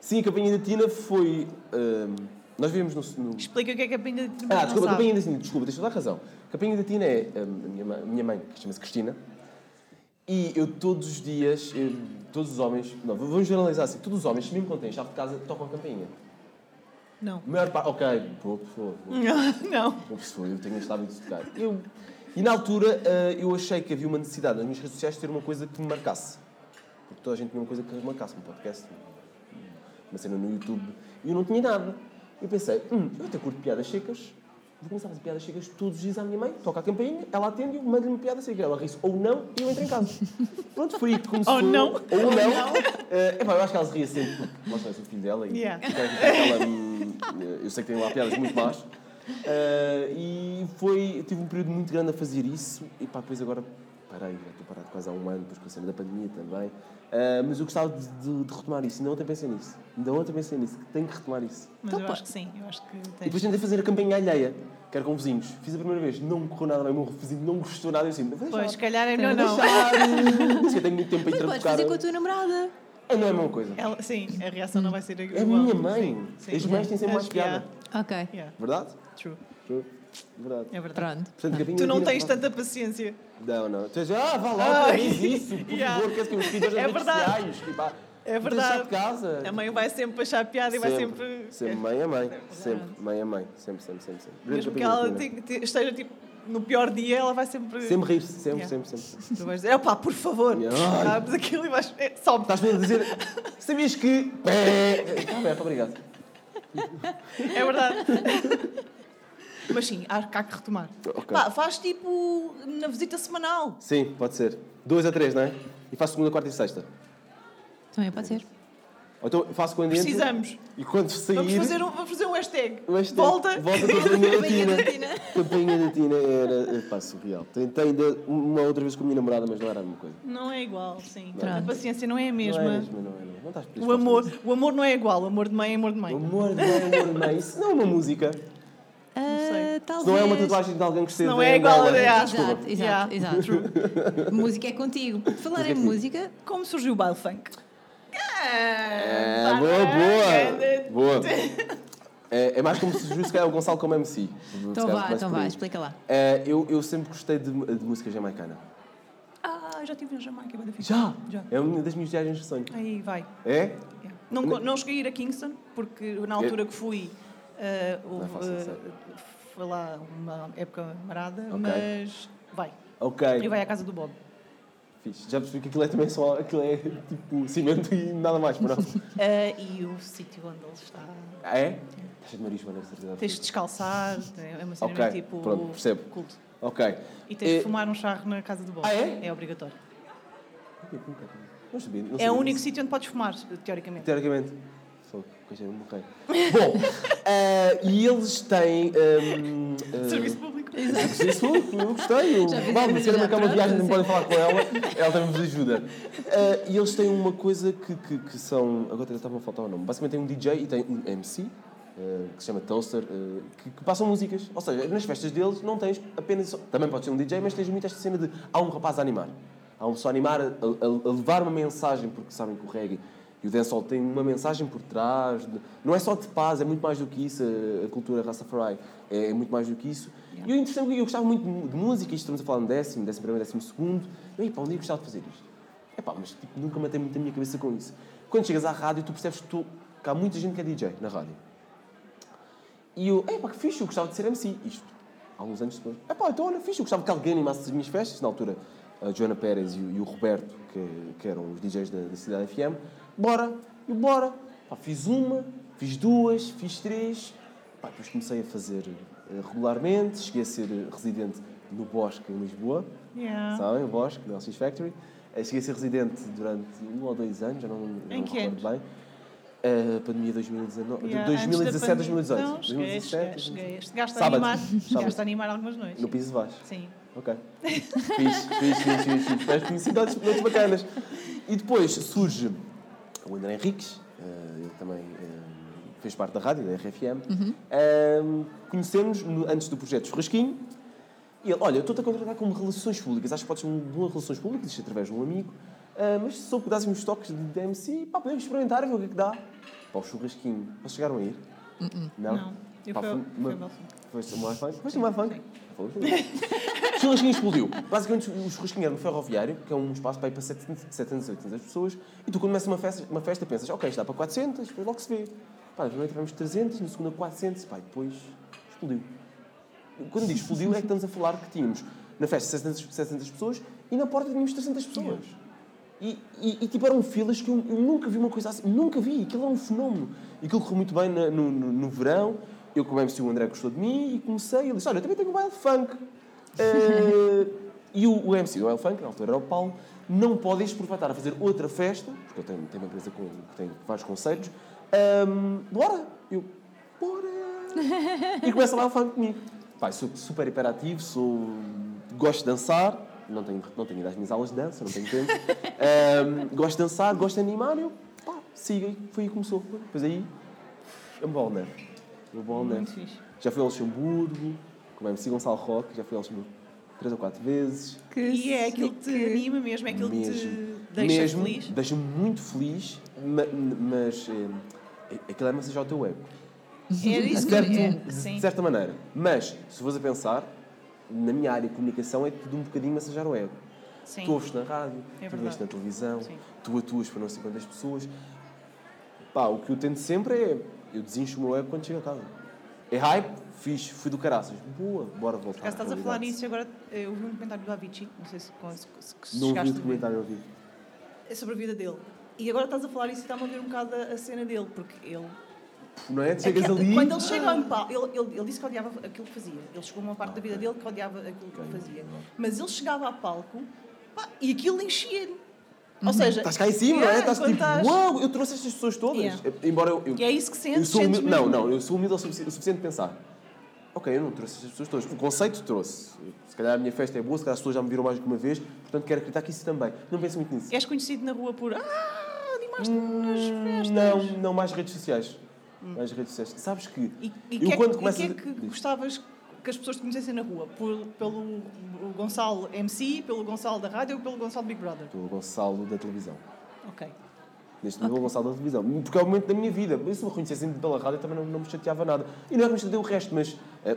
Sim, a campanha da Tina foi... ehm, nós vivíamos no- no, Explica o que é que a Pinha de não ah, desculpa, a sabe. Capinha da Tina, desculpa, tens toda a razão. A Capinha da Tina é hum, a minha, ma- a minha mãe, que chama-se Cristina, e eu todos os dias, eu- todos os homens, não, v- vamos generalizar assim, todos os homens, mesmo quando têm chave de casa, tocam a campainha. Não. A maior parte, ok, boa pessoa, boa Não. uma pessoa, eu tenho este hábito de tocar. Eu, e na altura ah, eu achei que havia uma necessidade nas minhas redes sociais de ter uma coisa que me marcasse. Porque toda a gente tinha uma coisa que marcasse, um podcast, um- uma cena no YouTube. E eu não tinha nada. Eu pensei, hum, eu até curto piadas secas, vou começar a fazer piadas secas todos os dias à minha mãe, toca a campainha, ela atende, eu mando-lhe uma piada seca, ela ri-se ou não, e eu entro em casa. Pronto, foi aí que começou. Ou não. Ou não. Ah, epá, eu acho que ela se ria sempre, porque lá está, eu sou filho dela e Yeah. ela, hum, eu sei que tem lá piadas muito más. Ah, e foi, eu tive um período muito grande a fazer isso. E pá, depois agora parei, já estou parado quase há um ano, depois com a cena da pandemia também. Ah, mas eu gostava de, de- de retomar isso. Ainda ontem pensei nisso. Ainda ontem pensei nisso, que tenho que retomar isso. Mas Então, eu pá. acho que sim, eu acho que E tens. depois tentei fazer a campanha alheia, que era com vizinhos. Fiz a primeira vez, não correu nada bem, o meu vizinho não gostou nada. Eu assim, vou deixar. Pois, se calhar é melhor não. vou deixar. Disse que eu tenho muito tempo para Mas ir podes trocar. fazer com a tua namorada. É, não é a mesma coisa. Ela- sim, a reação não vai ser É igual. a minha mãe. Sim, As sim. mães têm sempre mais Acho que é. piada. Ok. Yeah, Verdade? true. Verdade. É verdade. Pronto. Portanto, Gabinha Tu não vira- tens tanta paciência. Não, não. Tu és, ah, vá lá, Ai. diz isso, por Yeah. favor, queres que eu escreva nas É redes verdade. sociais? Tipo, ah, É tu tens chá verdade. de casa. A mãe vai sempre achar piada e vai sempre. É, Sempre, mãe é mãe. Sempre, mãe é mãe. Sempre, sempre, sempre. sempre. Grande Mesmo que Gabinha ela te- Tina. te- esteja tipo no pior dia, ela vai sempre. Sempre rir-se, sempre, Yeah. Ah. sempre, sempre. Tu vais dizer, opá, por favor, Yeah. sabes aquilo e vais. É, sobe. Estás mesmo a dizer, sabias que... Pé. Tá bem, obrigado. É verdade. Mas sim, há, há que retomar. Ok. Pá, faz tipo na visita semanal. Ah. Sim, pode ser. Dois a três, não é? E faço segunda, quarta e sexta. Também pode ser. Ou então faço quando entro. Precisamos. E quando sair... Vamos fazer um, vamos fazer um hashtag. eu acho que- Volta. tipo, Volta com a Gabinha Campainha Tina. da Tina. Campainha da Tina era. Epá, surreal. Tentei ainda uma outra vez com a minha namorada, mas não era a mesma coisa. Não é igual, sim. Pronto. A paciência não é a Não é mesma. mesmo, não é, não é. Não estás por isso, o, amor, o amor não é igual. O amor de mãe é amor de mãe. O amor de mãe, amor de mãe. Isso não é uma música. Ah, sei. Isso talvez. não é uma tatuagem de alguém que se Não é igual a- dela. Exato, Desculpa. Yeah. exato, exato. Música é contigo. Por Falar em música, Como surgiu o baile funk? É, Ah, é, boa, boa. Boa. É, é mais como se justo que é o Gonçalo como MC. então vá, então vá, explica lá. É, eu, eu sempre gostei de, de música jamaicana. Ah, já estive na Jamaica, bué da fixe. Já? Já. É uma das minhas viagens de sonho. Aí vai. É? Yeah. Não, co- não cheguei a ir a Kingston, porque na altura que fui, eh, houve, é fácil, eh, sei. foi lá uma época marada, Ok. mas vai. E Ok. vai à casa do Bob. Fixe. Já percebi que aquilo é também só. Aquilo é tipo cimento e nada mais, pronto. Eh, e o sítio onde ele está. Ah, é? Estás cheio de marisco, não é? Certeza Tens de absoluta. descalçar, é uma cena Ok, meio tipo pronto, percebo. culto. Ok. E tens de Eh, fumar um charro na casa do Bob. Ah, é? É obrigatório. Não sabia, não é sabia o único disso. sítio onde podes fumar, teoricamente. Teoricamente. Fogo, coisa, eu morri. Bom, eh, e eles têm. ehm, eh, Serviço público. Isso, eu gostei. Eu, Já vi Vale, isso, se já, querem marcar uma pronto, viagem, não sim. podem falar com ela, ela também vos ajuda. Eh, e eles têm uma coisa que, que, que são. Agora estava a faltar o nome. Basicamente tem um DJ e tem um MC, eh, que se chama Toaster, eh, que, que passam músicas. Ou seja, nas festas deles não tens apenas. Também pode ser um DJ, mas tens muito esta cena de há um rapaz a animar. Há um só a animar, a, a- a levar uma mensagem, porque sabem que o reggae. E o dancehall tem uma mensagem por trás, de- não é só de paz, é muito mais do que isso, a, a cultura Rastafari é muito mais do que isso. E o interessante é que eu gostava muito de mu- de música, isto estamos a falar no décimo, décimo primeiro, décimo segundo, e aí, pá, um dia eu gostava de fazer isto. É pá, mas tipo, nunca matei muito a minha cabeça com isso. Quando chegas à rádio, tu percebes que, tu, que há muita gente que é DJ na rádio. E eu, é pá, que fixe, eu gostava de ser MC. Isto há uns anos depois, ah pá, então olha, fixe, eu gostava que alguém animasse as minhas festas. Na altura, a Joana Pérez e o, e o Roberto, que, que eram os DJs da, da Cidade FM, bora, e bora. Pá, fiz uma, fiz duas, fiz três. Pá, depois comecei a fazer eh, regularmente, cheguei a ser eh, residente no Bosque, em Lisboa Yeah. sabem, o Bosque, da Elsie's Factory. Eh, Cheguei a ser residente durante um ou dois anos, já não, já Em não que recordo bem. Eh, pandemia 2019, Yeah, de antes da 2017, pandemia. 2018. Não, cheguei, cheguei, 2017, cheguei. Chegaste a Sábado. animar. Chegaste Sábado. a animar algumas noites. No Piso de Baixo. Sim. Ok. Fiz, fiz, fiz, fiz, fiz. Faz publicidades muito bacanas. E depois surge o André Henriques, eh, ele também eh, fez parte da rádio, da RFM. Ahm, conhecemos Eh, no- antes do projeto Churrasquinho. E ele, olha, eu estou-te a contratar como relações públicas, acho que podes ser um bom em relações públicas, isto através de um amigo. Ah, mas se só que dás uns toques de DMC, pá, podemos experimentar, ver o que é que dá. Pá, o Churrasquinho, vocês chegaram a ir? Não. Eu Pá, fui, foi uma- fui ao Belfast. Foste uma funk? Foste uma funk? Churrasquinho explodiu. Basicamente, o churrasquinho era no ferroviário, que é um espaço para ir para 700, 700 800 pessoas, e tu quando começa uma festa, uma festa pensas, ok, isto dá para 400, depois logo se vê. Pá, na primeira tivemos 300, na segunda 400, pá, e depois explodiu. Quando digo explodiu, é que estamos a falar que tínhamos na festa 700, 700 pessoas e na porta tínhamos 300 pessoas. E, e, e tipo, eram filas que eu, eu nunca vi uma coisa assim, nunca vi, aquilo era um fenómeno. E aquilo correu muito bem na- no, no, no verão. Eu, como MC, o André gostou de mim e comecei. Ele disse: Olha, eu também tenho um baile funk. Eh, e o, o MC do baile funk, na altura era o Paulo, não pode aproveitar a fazer outra festa, porque eu tenho, tenho uma empresa com, que tem vários conceitos. Ahm, bora! Eu, bora! E começa lá o funk comigo. Pai, sou super hiperativo, sou... gosto de dançar, não tenho, não tenho ido às minhas aulas de dança, não tenho tempo. Ahm, gosto de dançar, gosto de animar, eu, pá, siga, e foi aí que começou. Depois aí, é um bom, né? É um bom, né? Muito fixe. Já fui ao Luxemburgo, como é MC Gonçalo Roque, já fui ao Luxemburgo três ou quatro vezes. Que E é aquilo que sítio. anima mesmo, é aquilo Mesmo. que te deixa Mesmo, feliz. É deixa-me muito feliz, ma- mas... eh, aquilo era uma CJ Web. Era De isso que certo- é. de Sim. certa maneira. Mas, se fores a pensar, na minha área de comunicação é tudo um bocadinho massajar o ego. Sim. Tu ouves na rádio, É tu vês verdade. na televisão, Sim. tu atuas para não sei quantas pessoas. Pá, o que eu tento sempre é, eu desincho o meu ego quando chego a casa. É hype, fiz, fui do caraças. Boa, bora voltar. Por acaso à estás a falar realidade. nisso e agora eu ouvi um documentário do Avicii, não sei se, se, se, se Não chegaste ouvi o a ver. documentário, não ouvi. É sobre a vida dele. E agora estás a falar isso e está-me a ver um bocado a, a cena dele, porque ele. Não é? Tu chegas Aquela- ali... Quando ele chega ao palco, ele, ele, ele disse que odiava aquilo que fazia. Ele chegou a uma parte da vida Ok. dele que odiava aquilo Ok, que fazia. não. Mas ele chegava a palco pá, e aquilo enchia-lhe. Ou seja. Estás cá em cima, não é? yeah, Estás quando tipo, estás- uau, eu trouxe estas pessoas todas. Yeah. Eh, Embora eu... eu- E é isso que sentes. Eu sou sentes humilde, não, mesmo. não, eu sou humilde o sufici- o suficiente de pensar. Ok, eu não trouxe estas pessoas todas. O conceito trouxe. Se calhar a minha festa é boa, se calhar as pessoas já me viram mais do que uma vez, portanto quero acreditar que isso também. Não penso muito nisso. És conhecido na rua por. Ah, animaste-me nas Hum, festas. Hum. não, não mais redes sociais. Mais redes sociais. Sabes que E, e eu que quando é, que- começo e que a- é que Diz. gostavas que as pessoas te conhecessem na rua? Por- pelo o Gonçalo MC, pelo Gonçalo da rádio ou pelo Gonçalo Big Brother? estou o Gonçalo da televisão. Ok. Neste momento, o Gonçalo da televisão. Porque é o momento da minha vida. Eu, Se me reconhecessem pela rádio, também não, não me chateava nada. E não é que me chateia o resto, mas eh,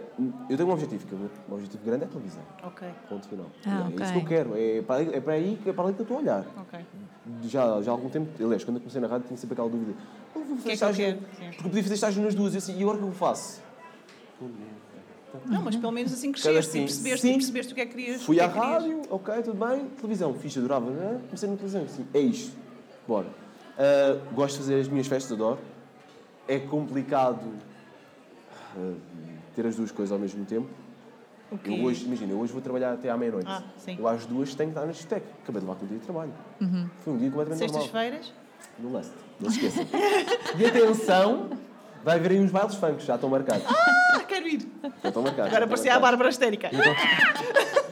eu tenho um objetivo. Que o meu objetivo grande é a televisão. Ok. Ponto final. Ah, é isso que ok. eu quero. É para, é para aí, que- é para ali que eu estou a olhar. Ok. Uhum. Já, já há algum tempo, aliás, quando eu comecei na rádio, tinha sempre aquela dúvida. Eu vou que é fazer que eu estágio- quero? Sim. Porque eu podia fazer estágio nas duas. E eu assim, e agora o que eu faço? Não, mas pelo menos assim Cada cresceste assim, e percebeste, e sim. percebeste o que é que querias. o Fui que à é que querias. rádio, ok, tudo bem. Televisão, ficha durava, né? Comecei na televisão. Assim, é isto. Bora. Ah, gosto de fazer as minhas festas, adoro. É complicado ah, ter as duas coisas ao mesmo tempo. O quê? Eu hoje, imagina, eu hoje vou trabalhar até à meia-noite. Ah, sim. Eu às duas tenho que estar na discoteca. Acabei de levar com o dia de trabalho. Uhum. Foi um dia completamente normal. Sextas-feiras? No last, não se esqueçam. e atenção, vai haver aí uns bailes funk, já estão marcados. Ah, quero ir! Já estão marcados. Agora parecia a Bárbara Histérica.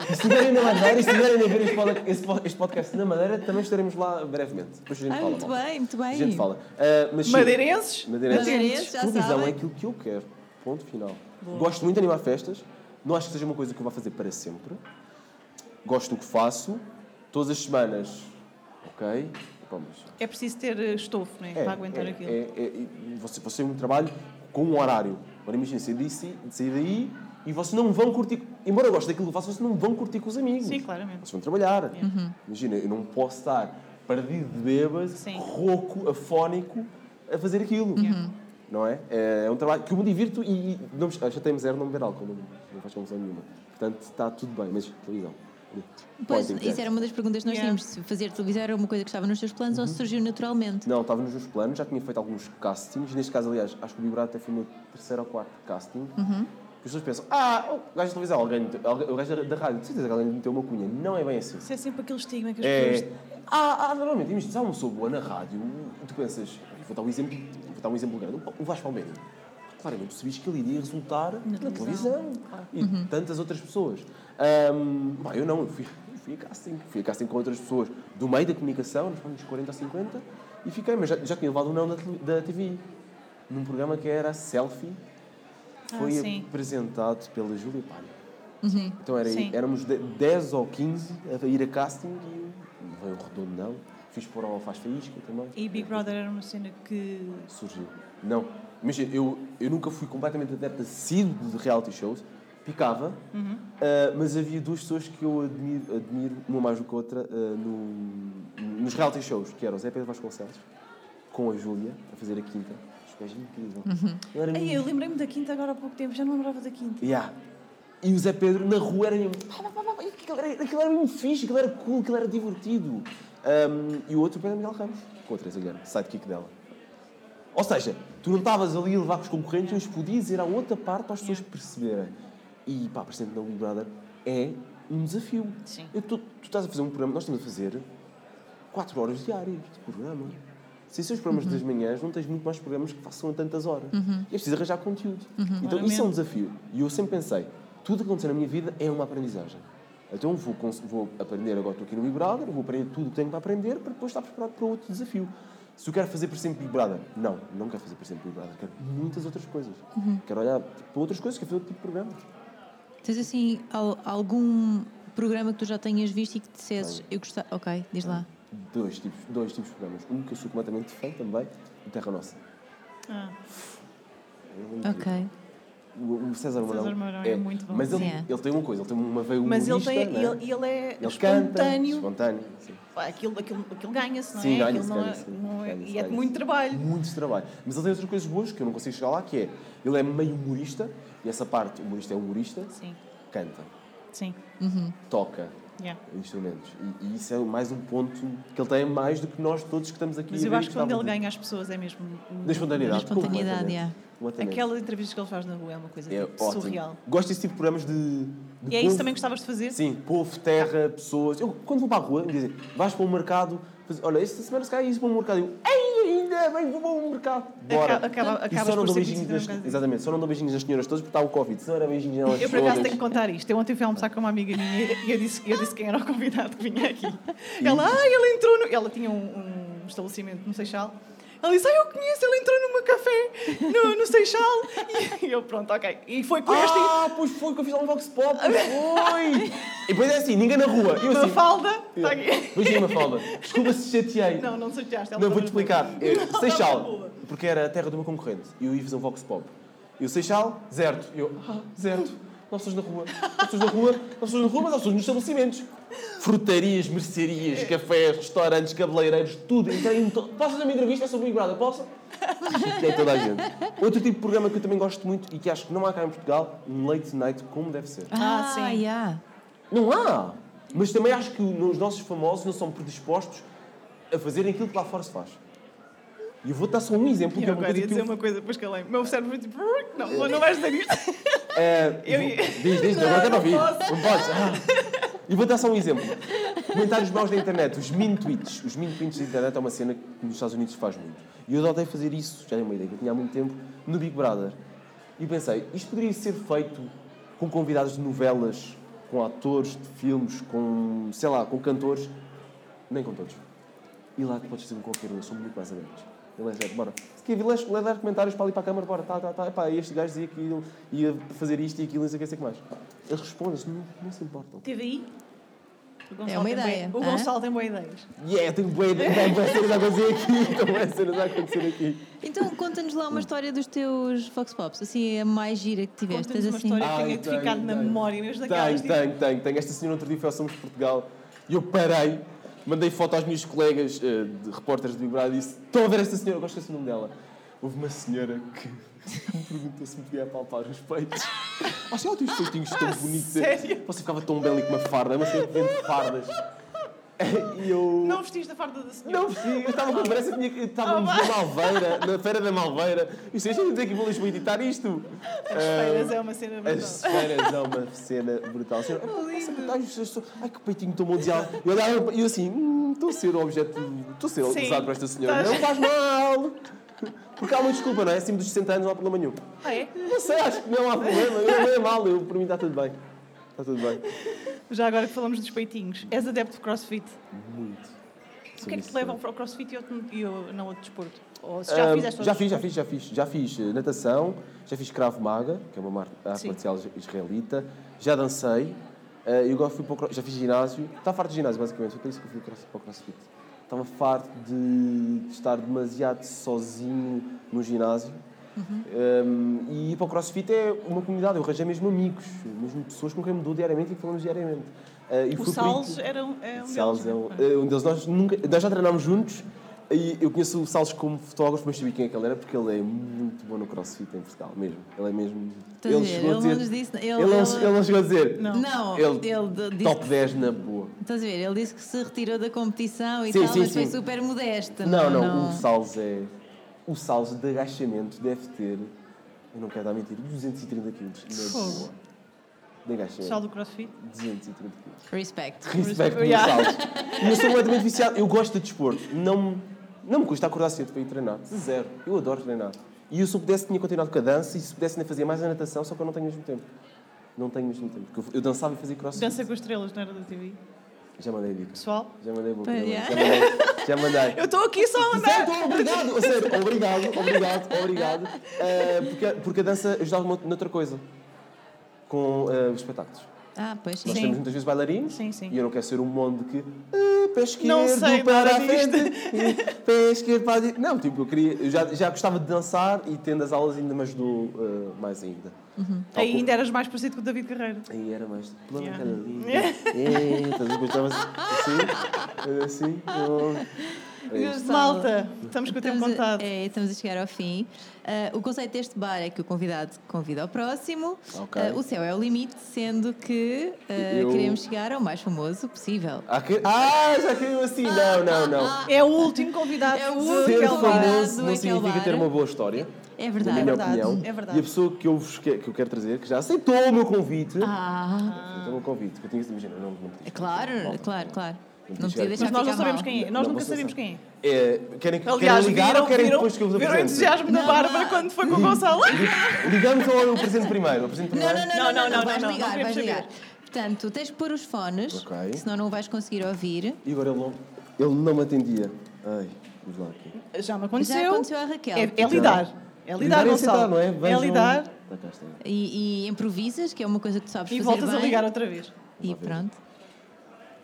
Se estiverem na Madeira, se estiverem a ver este pod- esse po- este podcast na Madeira, também estaremos lá brevemente. Depois a gente Ah, fala. muito malta. bem, muito A bem. gente fala. Ah, mas sim, Madeirenses? Madeirenses. Madeirenses, já Televisão é sabem. aquilo que eu quero. Ponto final. Gosto muito de animar festas. Não acho que seja uma coisa que eu vá fazer para sempre. Gosto do que faço. Todas as semanas. Ok? Vamos. É preciso ter eh, estofo, não é? Para aguentar é, aquilo. É, é, é, você, você tem um trabalho com um horário. Agora imagina, sair daí, sair daí e vocês não vão curtir. Embora eu goste daquilo que faço, vocês não vão curtir com os amigos. Sim, Uhum. claramente. Vocês vão trabalhar. Imagina, eu não posso estar perdido de bebas, Sim. Uhum. rouco, afónico, a fazer aquilo. não é? É um trabalho que eu me divirto e, e não me- chatei-me zero não beber álcool, não, não faz confusão nenhuma. Portanto, está tudo bem, mas televisão. ali. Pois, Pointing, isso é certo? era uma das perguntas que nós Yeah. tínhamos. Se fazer televisão era uma coisa que estava nos teus planos Uhum. ou se surgiu naturalmente? Não, estava nos meus planos, já tinha feito alguns castings. Neste caso, aliás, acho que o Big Brother até foi o meu terceiro ou quarto casting. As pessoas pensam, ah, o gajo da televisão, alguém, meteu- alguém- o gajo da- da rádio, de certeza que alguém meteu uma cunha. Não é bem assim. Isso é sempre aquele estigma que as É. pessoas... Ah, ah, normalmente, imagina, se há uma pessoa boa na rádio, tu pensas, "Olha, vou dar um exemplo, vou dar um exemplo grande, o Vasco Palmeira. Claramente percebes que ele iria resultar na, televisão. E Uhum. tantas outras pessoas. Ahm, pá, eu não, eu fui, eu fui a casting. Fui a casting com outras pessoas do meio da comunicação, nos anos 40 ou 50, e fiquei, mas já, já tinha levado um não da, tele- da TV. Num programa que era Selfie, Ah, foi sim. apresentado pela Júlia Palha. Uhum. Então era, Sim. éramos de- 10 ou 15 a ir a casting e veio o redondo, não. Fiz por ao Faz Faísca também. E Big Brother era uma cena que... Surgiu. Não. Imagina, eu, eu nunca fui completamente adepto assíduo de reality shows. Picava, Uhum. ah, mas havia duas pessoas que eu admiro, admiro uma mais do que a outra, ah, no- nos reality shows, que eram o Zé Pedro Vasconcelos, com a Júlia, a fazer a quinta. Os gajos incrível. Uhum. Ele era Ei, mesmo- eu lembrei-me da quinta agora há pouco tempo, já não lembrava da quinta. Yeah. E o Zé Pedro na rua era mesmo. "Ah, pá, pá, pá, pá, Aquilo era, aquilo era mesmo fixe, aquilo era cool, aquilo era divertido. Um, e o outro Pedro Miguel Ramos, com a Teresa Guilherme, sidekick dela. Ou seja, tu não estavas ali a levar com os concorrentes, mas podias ir à outra parte para as pessoas perceberem. E pá, presente na Big Brother é um desafio. Sim. Eu tô- tu estás a fazer um programa, nós estamos a fazer 4 horas diárias de programa. Se esses programas das manhãs, não tens muito mais programas que façam a tantas horas. E é preciso arranjar conteúdo. Então isso é um desafio. E eu sempre pensei, tudo o que aconteceu na minha vida é uma aprendizagem. Então vou, cons- vou aprender, agora estou aqui no Big Brother, vou aprender tudo o que tenho para aprender para depois estar preparado para outro desafio. Se eu quero fazer por sempre Big Brother, não, não quero fazer por sempre Big Brother, quero muitas outras coisas. Quero olhar para outras coisas, quero fazer outro tipo de programas. Tens assim al- algum programa que tu já tenhas visto e que dissesses eu gostava. Ok, diz lá. Dois tipos, dois tipos de programas. Um que eu sou completamente fã também, e Terra Nossa. Ah, É incrível. Ok. O o César Mourão. César Mourão é muito bom. Mas ele, Sim. ele tem uma coisa, ele tem uma veia mas ele, humorista, tem, né? ele, ele é Ele espontâneo. canta, espontâneo. Sim. Aquilo, aquilo, aquilo ganha-se, não Sim, é? ganha-se, Aquilo não é- ganha-se, não é- e ganha-se, é de ganha-se. Uhum. muito trabalho. Muito trabalho. Mas ele tem outras coisas boas que eu não consigo chegar lá, que é, ele é meio humorista, e essa parte, o humorista é humorista, Sim, canta, sim. toca yeah. instrumentos. E, e isso é mais um ponto que ele tem mais do que nós todos que estamos aqui. Mas a eu ver acho que quando ele estávamos a- ganha as pessoas é mesmo. Da espontaneidade. Da espontaneidade, completamente. é. Completamente. Aquelas entrevistas que ele faz na rua é uma coisa É tipo, ótimo. surreal. Gosto desse tipo de programas de, de E é isso povo. também que gostavas de fazer? Sim, povo, terra, pessoas. Eu, quando vou para a rua, me dizem, vais para o mercado, faz- olha, esta semana se calhar isso para o mercado. Eu, ei, ainda bem, vou para o mercado. Bora. Acaba- acaba- E acabas só não por ser dou beijinhos conhecida nas, por causa disso. Exatamente, só não dou beijinhos nas senhoras todas porque está o Covid. Se não era beijinhos nelas Eu por acaso todas. tenho que contar isto. Eu ontem fui almoçar com uma amiga minha e eu disse, eu disse quem era o convidado que vinha aqui. Ela, ah, ele entrou no. Ela tinha um, um estabelecimento no Seixal. Ela disse, ah, eu conheço, ele entrou no meu café no, no Seixal. E eu, pronto, ok. E foi com é- este. Ah, pois foi que eu fiz lá um Vox Pop, pois foi! e depois é assim, ninguém na rua. Eu assim, Mafalda, eu- está aqui. Beijinho, Mafalda. Desculpa se chateei. Não, não sorteaste. ela Não, vou-te estava na explicar. rua. Eu- Não, estava na Seixal, rua. porque era a terra do meu concorrente. E eu ia fazer um Vox Pop. E o Seixal, certo. Eu, ah, certo. Não há pessoas na rua. Não há pessoas na rua, não há pessoas na rua, mas há pessoas nos estabelecimentos. Frutarias, É. mercearias, cafés, restaurantes, cabeleireiros, tudo. Entrei em to... Posso fazer uma entrevista sobre o Big Brother? Posso? E aí toda a gente. Outro tipo de programa que eu também gosto muito e que acho que não há cá em Portugal, um late night como deve ser. Ah, Ah, sim. yeah. Não há! Mas também acho que os nossos famosos não são predispostos a fazerem aquilo que lá fora se faz. E eu vou dar só um exemplo, E que é eu uma agora coisa ia que dizer eu... uma coisa, depois calei. Meu cérebro foi tipo, não, não vais dizer isto. Eh, eu vou- ia- Diz, diz, Não, agora até não para ouvir. posso. Não podes. Ah. E vou dar só um exemplo. Comentários maus da internet, os mean tweets. Os mean tweets da internet é uma cena que nos Estados Unidos se faz muito. E eu odeio fazer isso, já dei uma ideia que eu tinha há muito tempo, no Big Brother. E pensei, isto poderia ser feito com convidados de novelas, com atores de filmes, com, sei lá, com cantores. Nem com todos. E lá tu podes fazer com qualquer um, são muito mais abertos. Ele é zero, bora. Se quer vir, lê- lê dar comentários para ali para a câmara, bora, tá, tá, tá. Epá, este gajo dizia que ele ia fazer isto e aquilo, não sei o que, sei o que mais. Eles respondem, não, não se importam. TVI? O Gonçalo É uma tem boa- ideia, O hã? Gonçalo tem boas ideias. Yeah, tenho boa ideia, tenho boas cenas a acontecer aqui, tenho boas cenas a acontecer aqui. Então conta-nos Hum. lá uma história dos teus Vox Pops, assim a mais gira que tiveste. Conta-nos uma assim. história que Ai, tenha-te Ah, tenho, ficado na tenho. memória, mesmo Tenho, daquelas. tipo, tenho, tenho, tenho. Esta senhora outro dia foi ao Somos de Portugal e eu parei, mandei foto aos meus colegas eh, de repórteres do Big Brother e disse: Estão a ver esta senhora, eu gosto desse nome dela. Houve uma senhora que me perguntou se me podia apalpar os peitos. "Ah, Acho que os peitinhos tão bonitos. sério? Você ficava tão bela e com uma farda, É uma senhora que vende fardas. E eu. Não vestiste a farda da senhora? Não, sim, eu estava com pressa, tinha que- estávamos Ah, na Malveira, na Feira da Malveira. E vocês têm dizer que vou Lisboa editar isto? As feiras é uma cena brutal. As feiras é uma cena brutal. Assim, Ai, as pessoas estão- ai, que peitinho tão mundial. E eu olhava e eu assim, "Hum, estou a ser objeto, estou a ser Sim. usado por esta senhora. Estás- Não faz mal! Porque há uma desculpa, não é? Acima dos 60 anos não há problema nenhum. Ah, é? Não sei, acho que não há problema, eu não é mal, eu, para mim está tudo bem. Está tudo bem. Já agora que falamos dos peitinhos, és adepto de crossfit. Muito. O que é que te levam para o crossfit e outro- e o- não outro desporto? Ou se Ah, já fizeste outro já fiz, já desporto? fiz, já fiz. Já fiz eh, natação, já fiz Krav Maga, que é uma mar- arte Sim. marcial is- israelita, já dancei, eh, e agora fui para o, cro- já fiz ginásio. Estava farto de ginásio, basicamente, foi por isso que eu fui cross- para o CrossFit. Estava farto de estar demasiado sozinho no ginásio. Uhum. Um, e ir para o CrossFit é uma comunidade, eu arranjei mesmo amigos, mesmo pessoas com quem mudou diariamente e que falamos diariamente. Eh, e O foi por aí Salles que- era um, é um Salles é um, deles, não é? é um deles. Nós, nunca, nós já treinámos juntos e eu conheço o Salles como fotógrafo, mas sabia quem é que ele era porque ele é muito bom no crossfit em Portugal, mesmo. Ele é mesmo. Estás Tá a ver? Ele não nos disse- ele- ele não- ele- ele não chegou a dizer. Não. Não, Ele, ele, d- disse top que- 10 na boa. Estás a ver? Ele disse que se retirou da competição e Sim, tal, sim, mas foi sim. super modesto. Não, não, o Salles é. O Salles de agachamento deve ter, eu não quero dar mentira, 230 quilos na Fogo. boa. De agachamento. Pessoal do crossfit. 230 quilos. Respect. Respect no Yeah. salto. E eu sou completamente viciado. Eu gosto de desporto. Não, me- não me custa acordar cedo para ir treinar. Zero. Eu adoro treinar. E eu, se eu pudesse, tinha continuado com a dança e se pudesse ainda fazia mais a natação, só que eu não tenho mesmo tempo. Não tenho mesmo tempo. Porque eu, eu dançava e fazia crossfit. Dança com estrelas, não era da TV? Já mandei dicas. Pessoal, Já mandei boca. Pois, Já mandei. Já mandei. eu estou aqui só a andar. Certo, obrigado, ou seja, obrigado, obrigado, obrigado. Eh, porque, porque a dança ajudava-me noutra coisa, com eh, os espetáculos. Ah, pois sim. Nós temos muitas vezes bailarinos Sim, sim. e eu não quero ser um monte que "Ah, pé Não esquerdo sei para nada a frente, eh, pé esquerdo para a direita." Não, tipo, eu, queria, eu já, já gostava de dançar e tendo as aulas ainda me ajudou ah, mais ainda. Tal Uhum. Ainda eras mais parecido com o David Carreiro. como- Aí era mais. Pela Yeah. yeah. linda. É, então depois estava assim, assim, eu- é isto. Gostava. Malta, estamos com o tempo Estamos a- contado. é, estamos a chegar ao fim. Ah, o conceito deste bar é que o convidado convida ao próximo. Ok. Ah, o céu é o limite, sendo que ah, Eu- queremos chegar ao mais famoso possível. Ah, Ah, que- Ah, já caiu assim! Não, não, não. É o último convidado. É o de último Ser Miguel Vaz. convidado. famoso não aquele significa ter bar. uma boa história. É Na verdade. minha verdade, opinião. é verdade. E a pessoa que eu, vos que, que eu quero trazer, que já aceitou o meu convite, Ah, Então um convite, que eu tinha imagina, não, não podia. É claro, Não, claro, claro. Não Não podia podia deixar Mas nós não ficar sabemos mal. quem é. Nós Não, nunca vocês sabemos sabem. quem é. É, querem, querem Aliás, ligar viram, ou querem viram, depois que eu vos viram o apresente? entusiasmo da Não, Bárbara não. quando foi com o Gonçalo. Ligamos ou eu apresento primeiro? Eu apresento Não, primeiro? não, Não, não, não, não, não, não, vais não, não ligar, queremos vais saber. ligar. Portanto, tens de pôr os fones, Ok. senão não vais conseguir ouvir. E agora ele não, ele não me atendia. Ai, vamos lá aqui. Já me Já aconteceu. aconteceu à Raquel. É, é lidar. É lidar, é Gonçalo. aceitar, não é? É Vejam- lidar Tá cá, está. E, e improvisas, que é uma coisa que tu sabes e fazer voltas bem. a ligar outra vez. E pronto.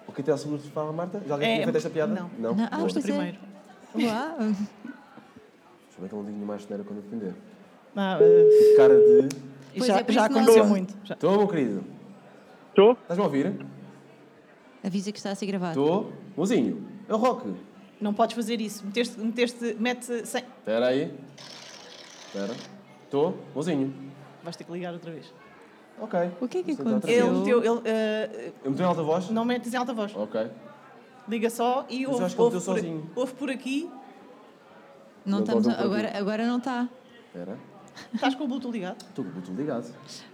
O que até ao seguro para a Marta? Já É, alguém tinha feito esta piada? não. Não? Não, ah, Boa. pois é. Primeiro. Uau. Deixa eu ver que eu não digo mais geneira quando defender. Não, eh, Que Cara de... e Pois já é, por já isso nós- aconteceu muito. Já. Estou, meu querido? Estou? Estás-me a ouvir? Avisa que está a ser gravado. Estou. Mozinho, é o Rock. Não podes fazer isso. Meteste, meteste, mete sem. Espera aí. Espera. Estou, mozinho. Vais ter que ligar outra vez. Ok. O que é que Vou sentar outra aconteceu? Ele vez. meteu. Ele, eh, Eu meti em alta voz? não metes em alta voz. Ok. Liga só e Mas eu ouve, acho que ele ouve meteu por, sozinho. ouve por aqui. Não Não estamos estou a ouvir por agora, agora não está. Espera. Estás com o Bluetooth ligado? Estou com o botão ligado.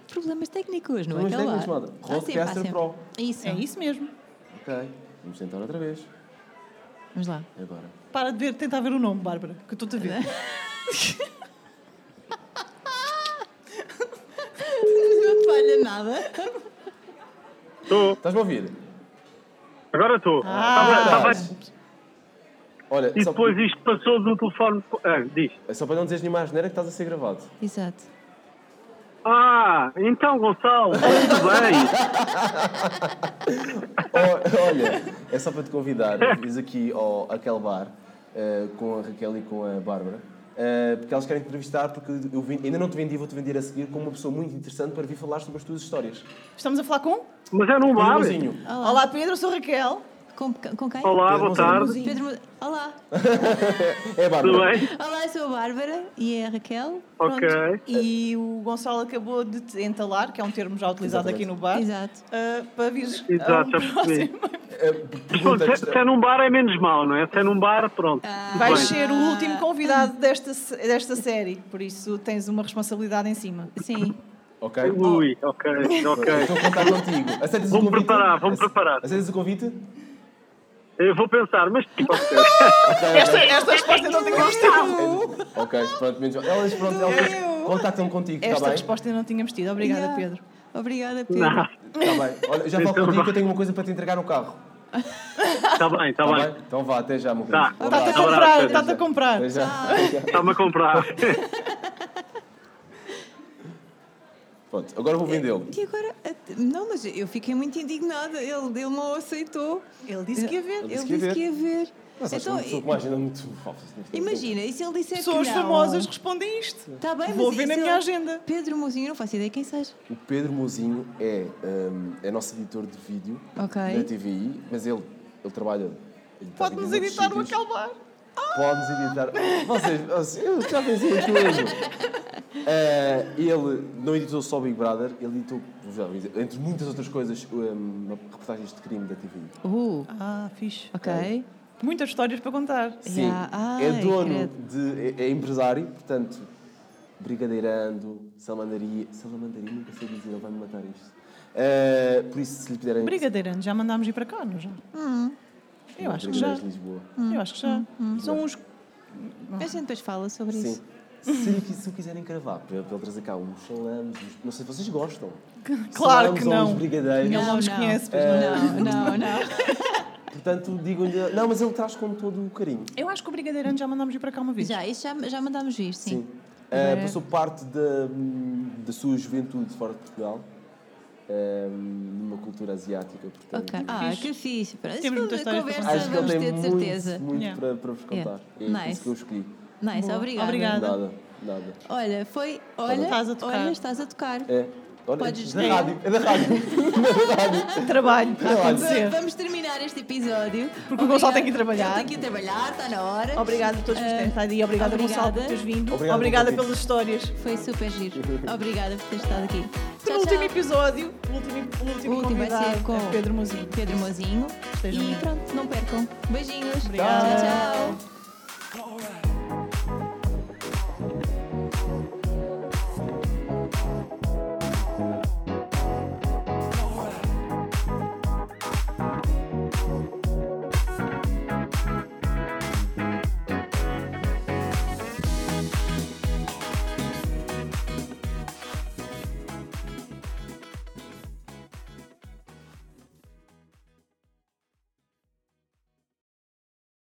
Problemas técnicos, não é? Problemas Aquela- técnicos, malta. Há sempre, há Rodecaster sempre. Pro. Isso. É isso mesmo. Ok. Vamos tentar outra vez. Vamos lá. E agora? Para de ver, tentar ver o nome, Bárbara, que eu estou-te a ver. Não falha nada. Estou. Estás-me a ouvir? Agora Tá estou. Ah, Estás? Olha, E só, é depois isto passou do telefone. Ah, diz. só para não dizeres nenhuma geneira que estás a ser gravado. Exato. Ah, então Gonçalo, muito bem. Oh, olha, é só para te convidar. Fiz aqui ao aquele bar eh, com a Raquel e com a Bárbara. eh, porque elas querem te entrevistar, porque eu vim- ainda não te vendi, vou-te vender a seguir como uma pessoa muito interessante para vir falar sobre as tuas histórias. um Estamos a falar com? Mas é num Com o bar. Mozinho. Olá, Pedro, eu sou Raquel. Com, com quem? Olá, Pedro boa Gonçalves. tarde. Pedro Mo- Olá. É Tudo Bárbara. bem? Olá, sou a Bárbara e é a Raquel. Pronto. Ok. E o Gonçalo acabou de te entalar, que é um termo já utilizado Exatamente. aqui no bar, Exato. ah, para vires a Exato, um já percebi. próximo. É, pergunta Se, extra. se é num bar é menos mal, não é? Se é num bar, pronto. tudo Vais bem. ser o último convidado desta, se- desta série, por isso tens uma responsabilidade em cima. Sim. Ok. Ui, ok, ok. Estou a contar contigo. Aceitas o Vou-me convite? preparar, vou-me Ace- preparar. Aceitas o convite? Eu vou pensar, mas tipo, ok. Ok, Esta, esta resposta não tínhamos tido. ok. Ok, pronto, menos. Elas, pronto, elas Eu. contactam contigo, está Esta bem? resposta não tínhamos tido. Obrigada, Yeah. Pedro. Obrigada, Pedro. Não, Está Tá bem. Olha, já falo Então contigo vá. que eu tenho uma coisa para te entregar no carro. está tá bem, está Está bem. bem? Então vá, até já, meu Tá. querido. Um Está-te a abraço. comprar, Abraço. está-te a comprar. Até já. Está-me a comprar. Pronto, agora vou vendê-lo. E agora, at- não, mas eu fiquei muito indignada. Ele, ele não aceitou. Ele disse que ia ver. Ele disse disse que ia ver. que ia ver. Mas acho que uma pessoa Então, com uma agenda muito imagina, e se ele disser Pessoas que não? famosas respondem isto. Tá bem, Vou mas ver e na se minha ele- agenda. Pedro Mozinho, não faço ideia quem seja. O Pedro Mozinho é, hum, é nosso editor de vídeo Ok. da TVI, mas ele, ele trabalha. ele tá Pode-nos em outros editar o sítios. acalmar. Pode-nos editar. Vocês, vocês- eu já pensei aqui mesmo. Eh, ele não editou só o Big Brother, ele editou, vou já dizer, entre muitas outras coisas, hum, reportagens de crime da TVI. Uh, Ah, fixe. ok. Muitas histórias para contar. Sim, Yeah. Ai, é dono credo. de. É, é empresário, portanto, brigadeirando, salamandaria. Salamandaria, nunca sei dizer, ele vai me matar isto. Eh, por isso, se lhe puderem. Brigadeirante, já mandámos ir para cá, não já? Hum. Eu acho que já. Brigadeiros de Lisboa. Eu acho que já. São uns. A gente depois fala sobre Sim. isso. Se, lhe- se o quiserem cravar, para para ele trazer cá uns salames, uns- não sei se vocês gostam. Claro Salames que ou não. uns brigadeiros. Ele não os conhece, pois não. Não, não, Portanto, digam-lhe. Não, mas ele traz com todo o carinho. Eu acho que o Brigadeirante já mandámos ir para cá uma vez. Já, isso já, já mandámos vir, sim. Eh, Agora- passou parte da, da sua juventude fora de Portugal, eh, numa cultura asiática. Portanto, Ok. Ah, Fixe. que fixe. Pronto, Temos muitas isso é uma histórias para contar. conversa, Acho que ele vamos tem ter de muito, certeza. muito Yeah. para, para vos contar. Yeah. É Nice. isso que eu escolhi. Nice, Boa. obrigada. Obrigada. Nada. Nada, nada. Olha, foi. Olha, Estás a tocar. olha, estás a tocar. É, olha, Podes é ver. da rádio, é da rádio. Trabalho está a acontecer. Vamos terminar este episódio. Porque o Gonçalo tem que ir Obrigada. trabalhar. Ele tem que ir trabalhar, está na hora. Obrigada a todos por terem Ah, estado aí. Obrigada, Gonçalo, por obrigada. teres vindo. Obrigado obrigada pelo convite. pelas histórias. Foi super giro. Obrigada por ter estado aqui. No último episódio, o último, o O último último vai convidado ser com é Pedro Mozinho. Pedro Mozinho. Estejam E bem. pronto, não percam. Beijinhos. Obrigada. Tchau, tchau. Alright.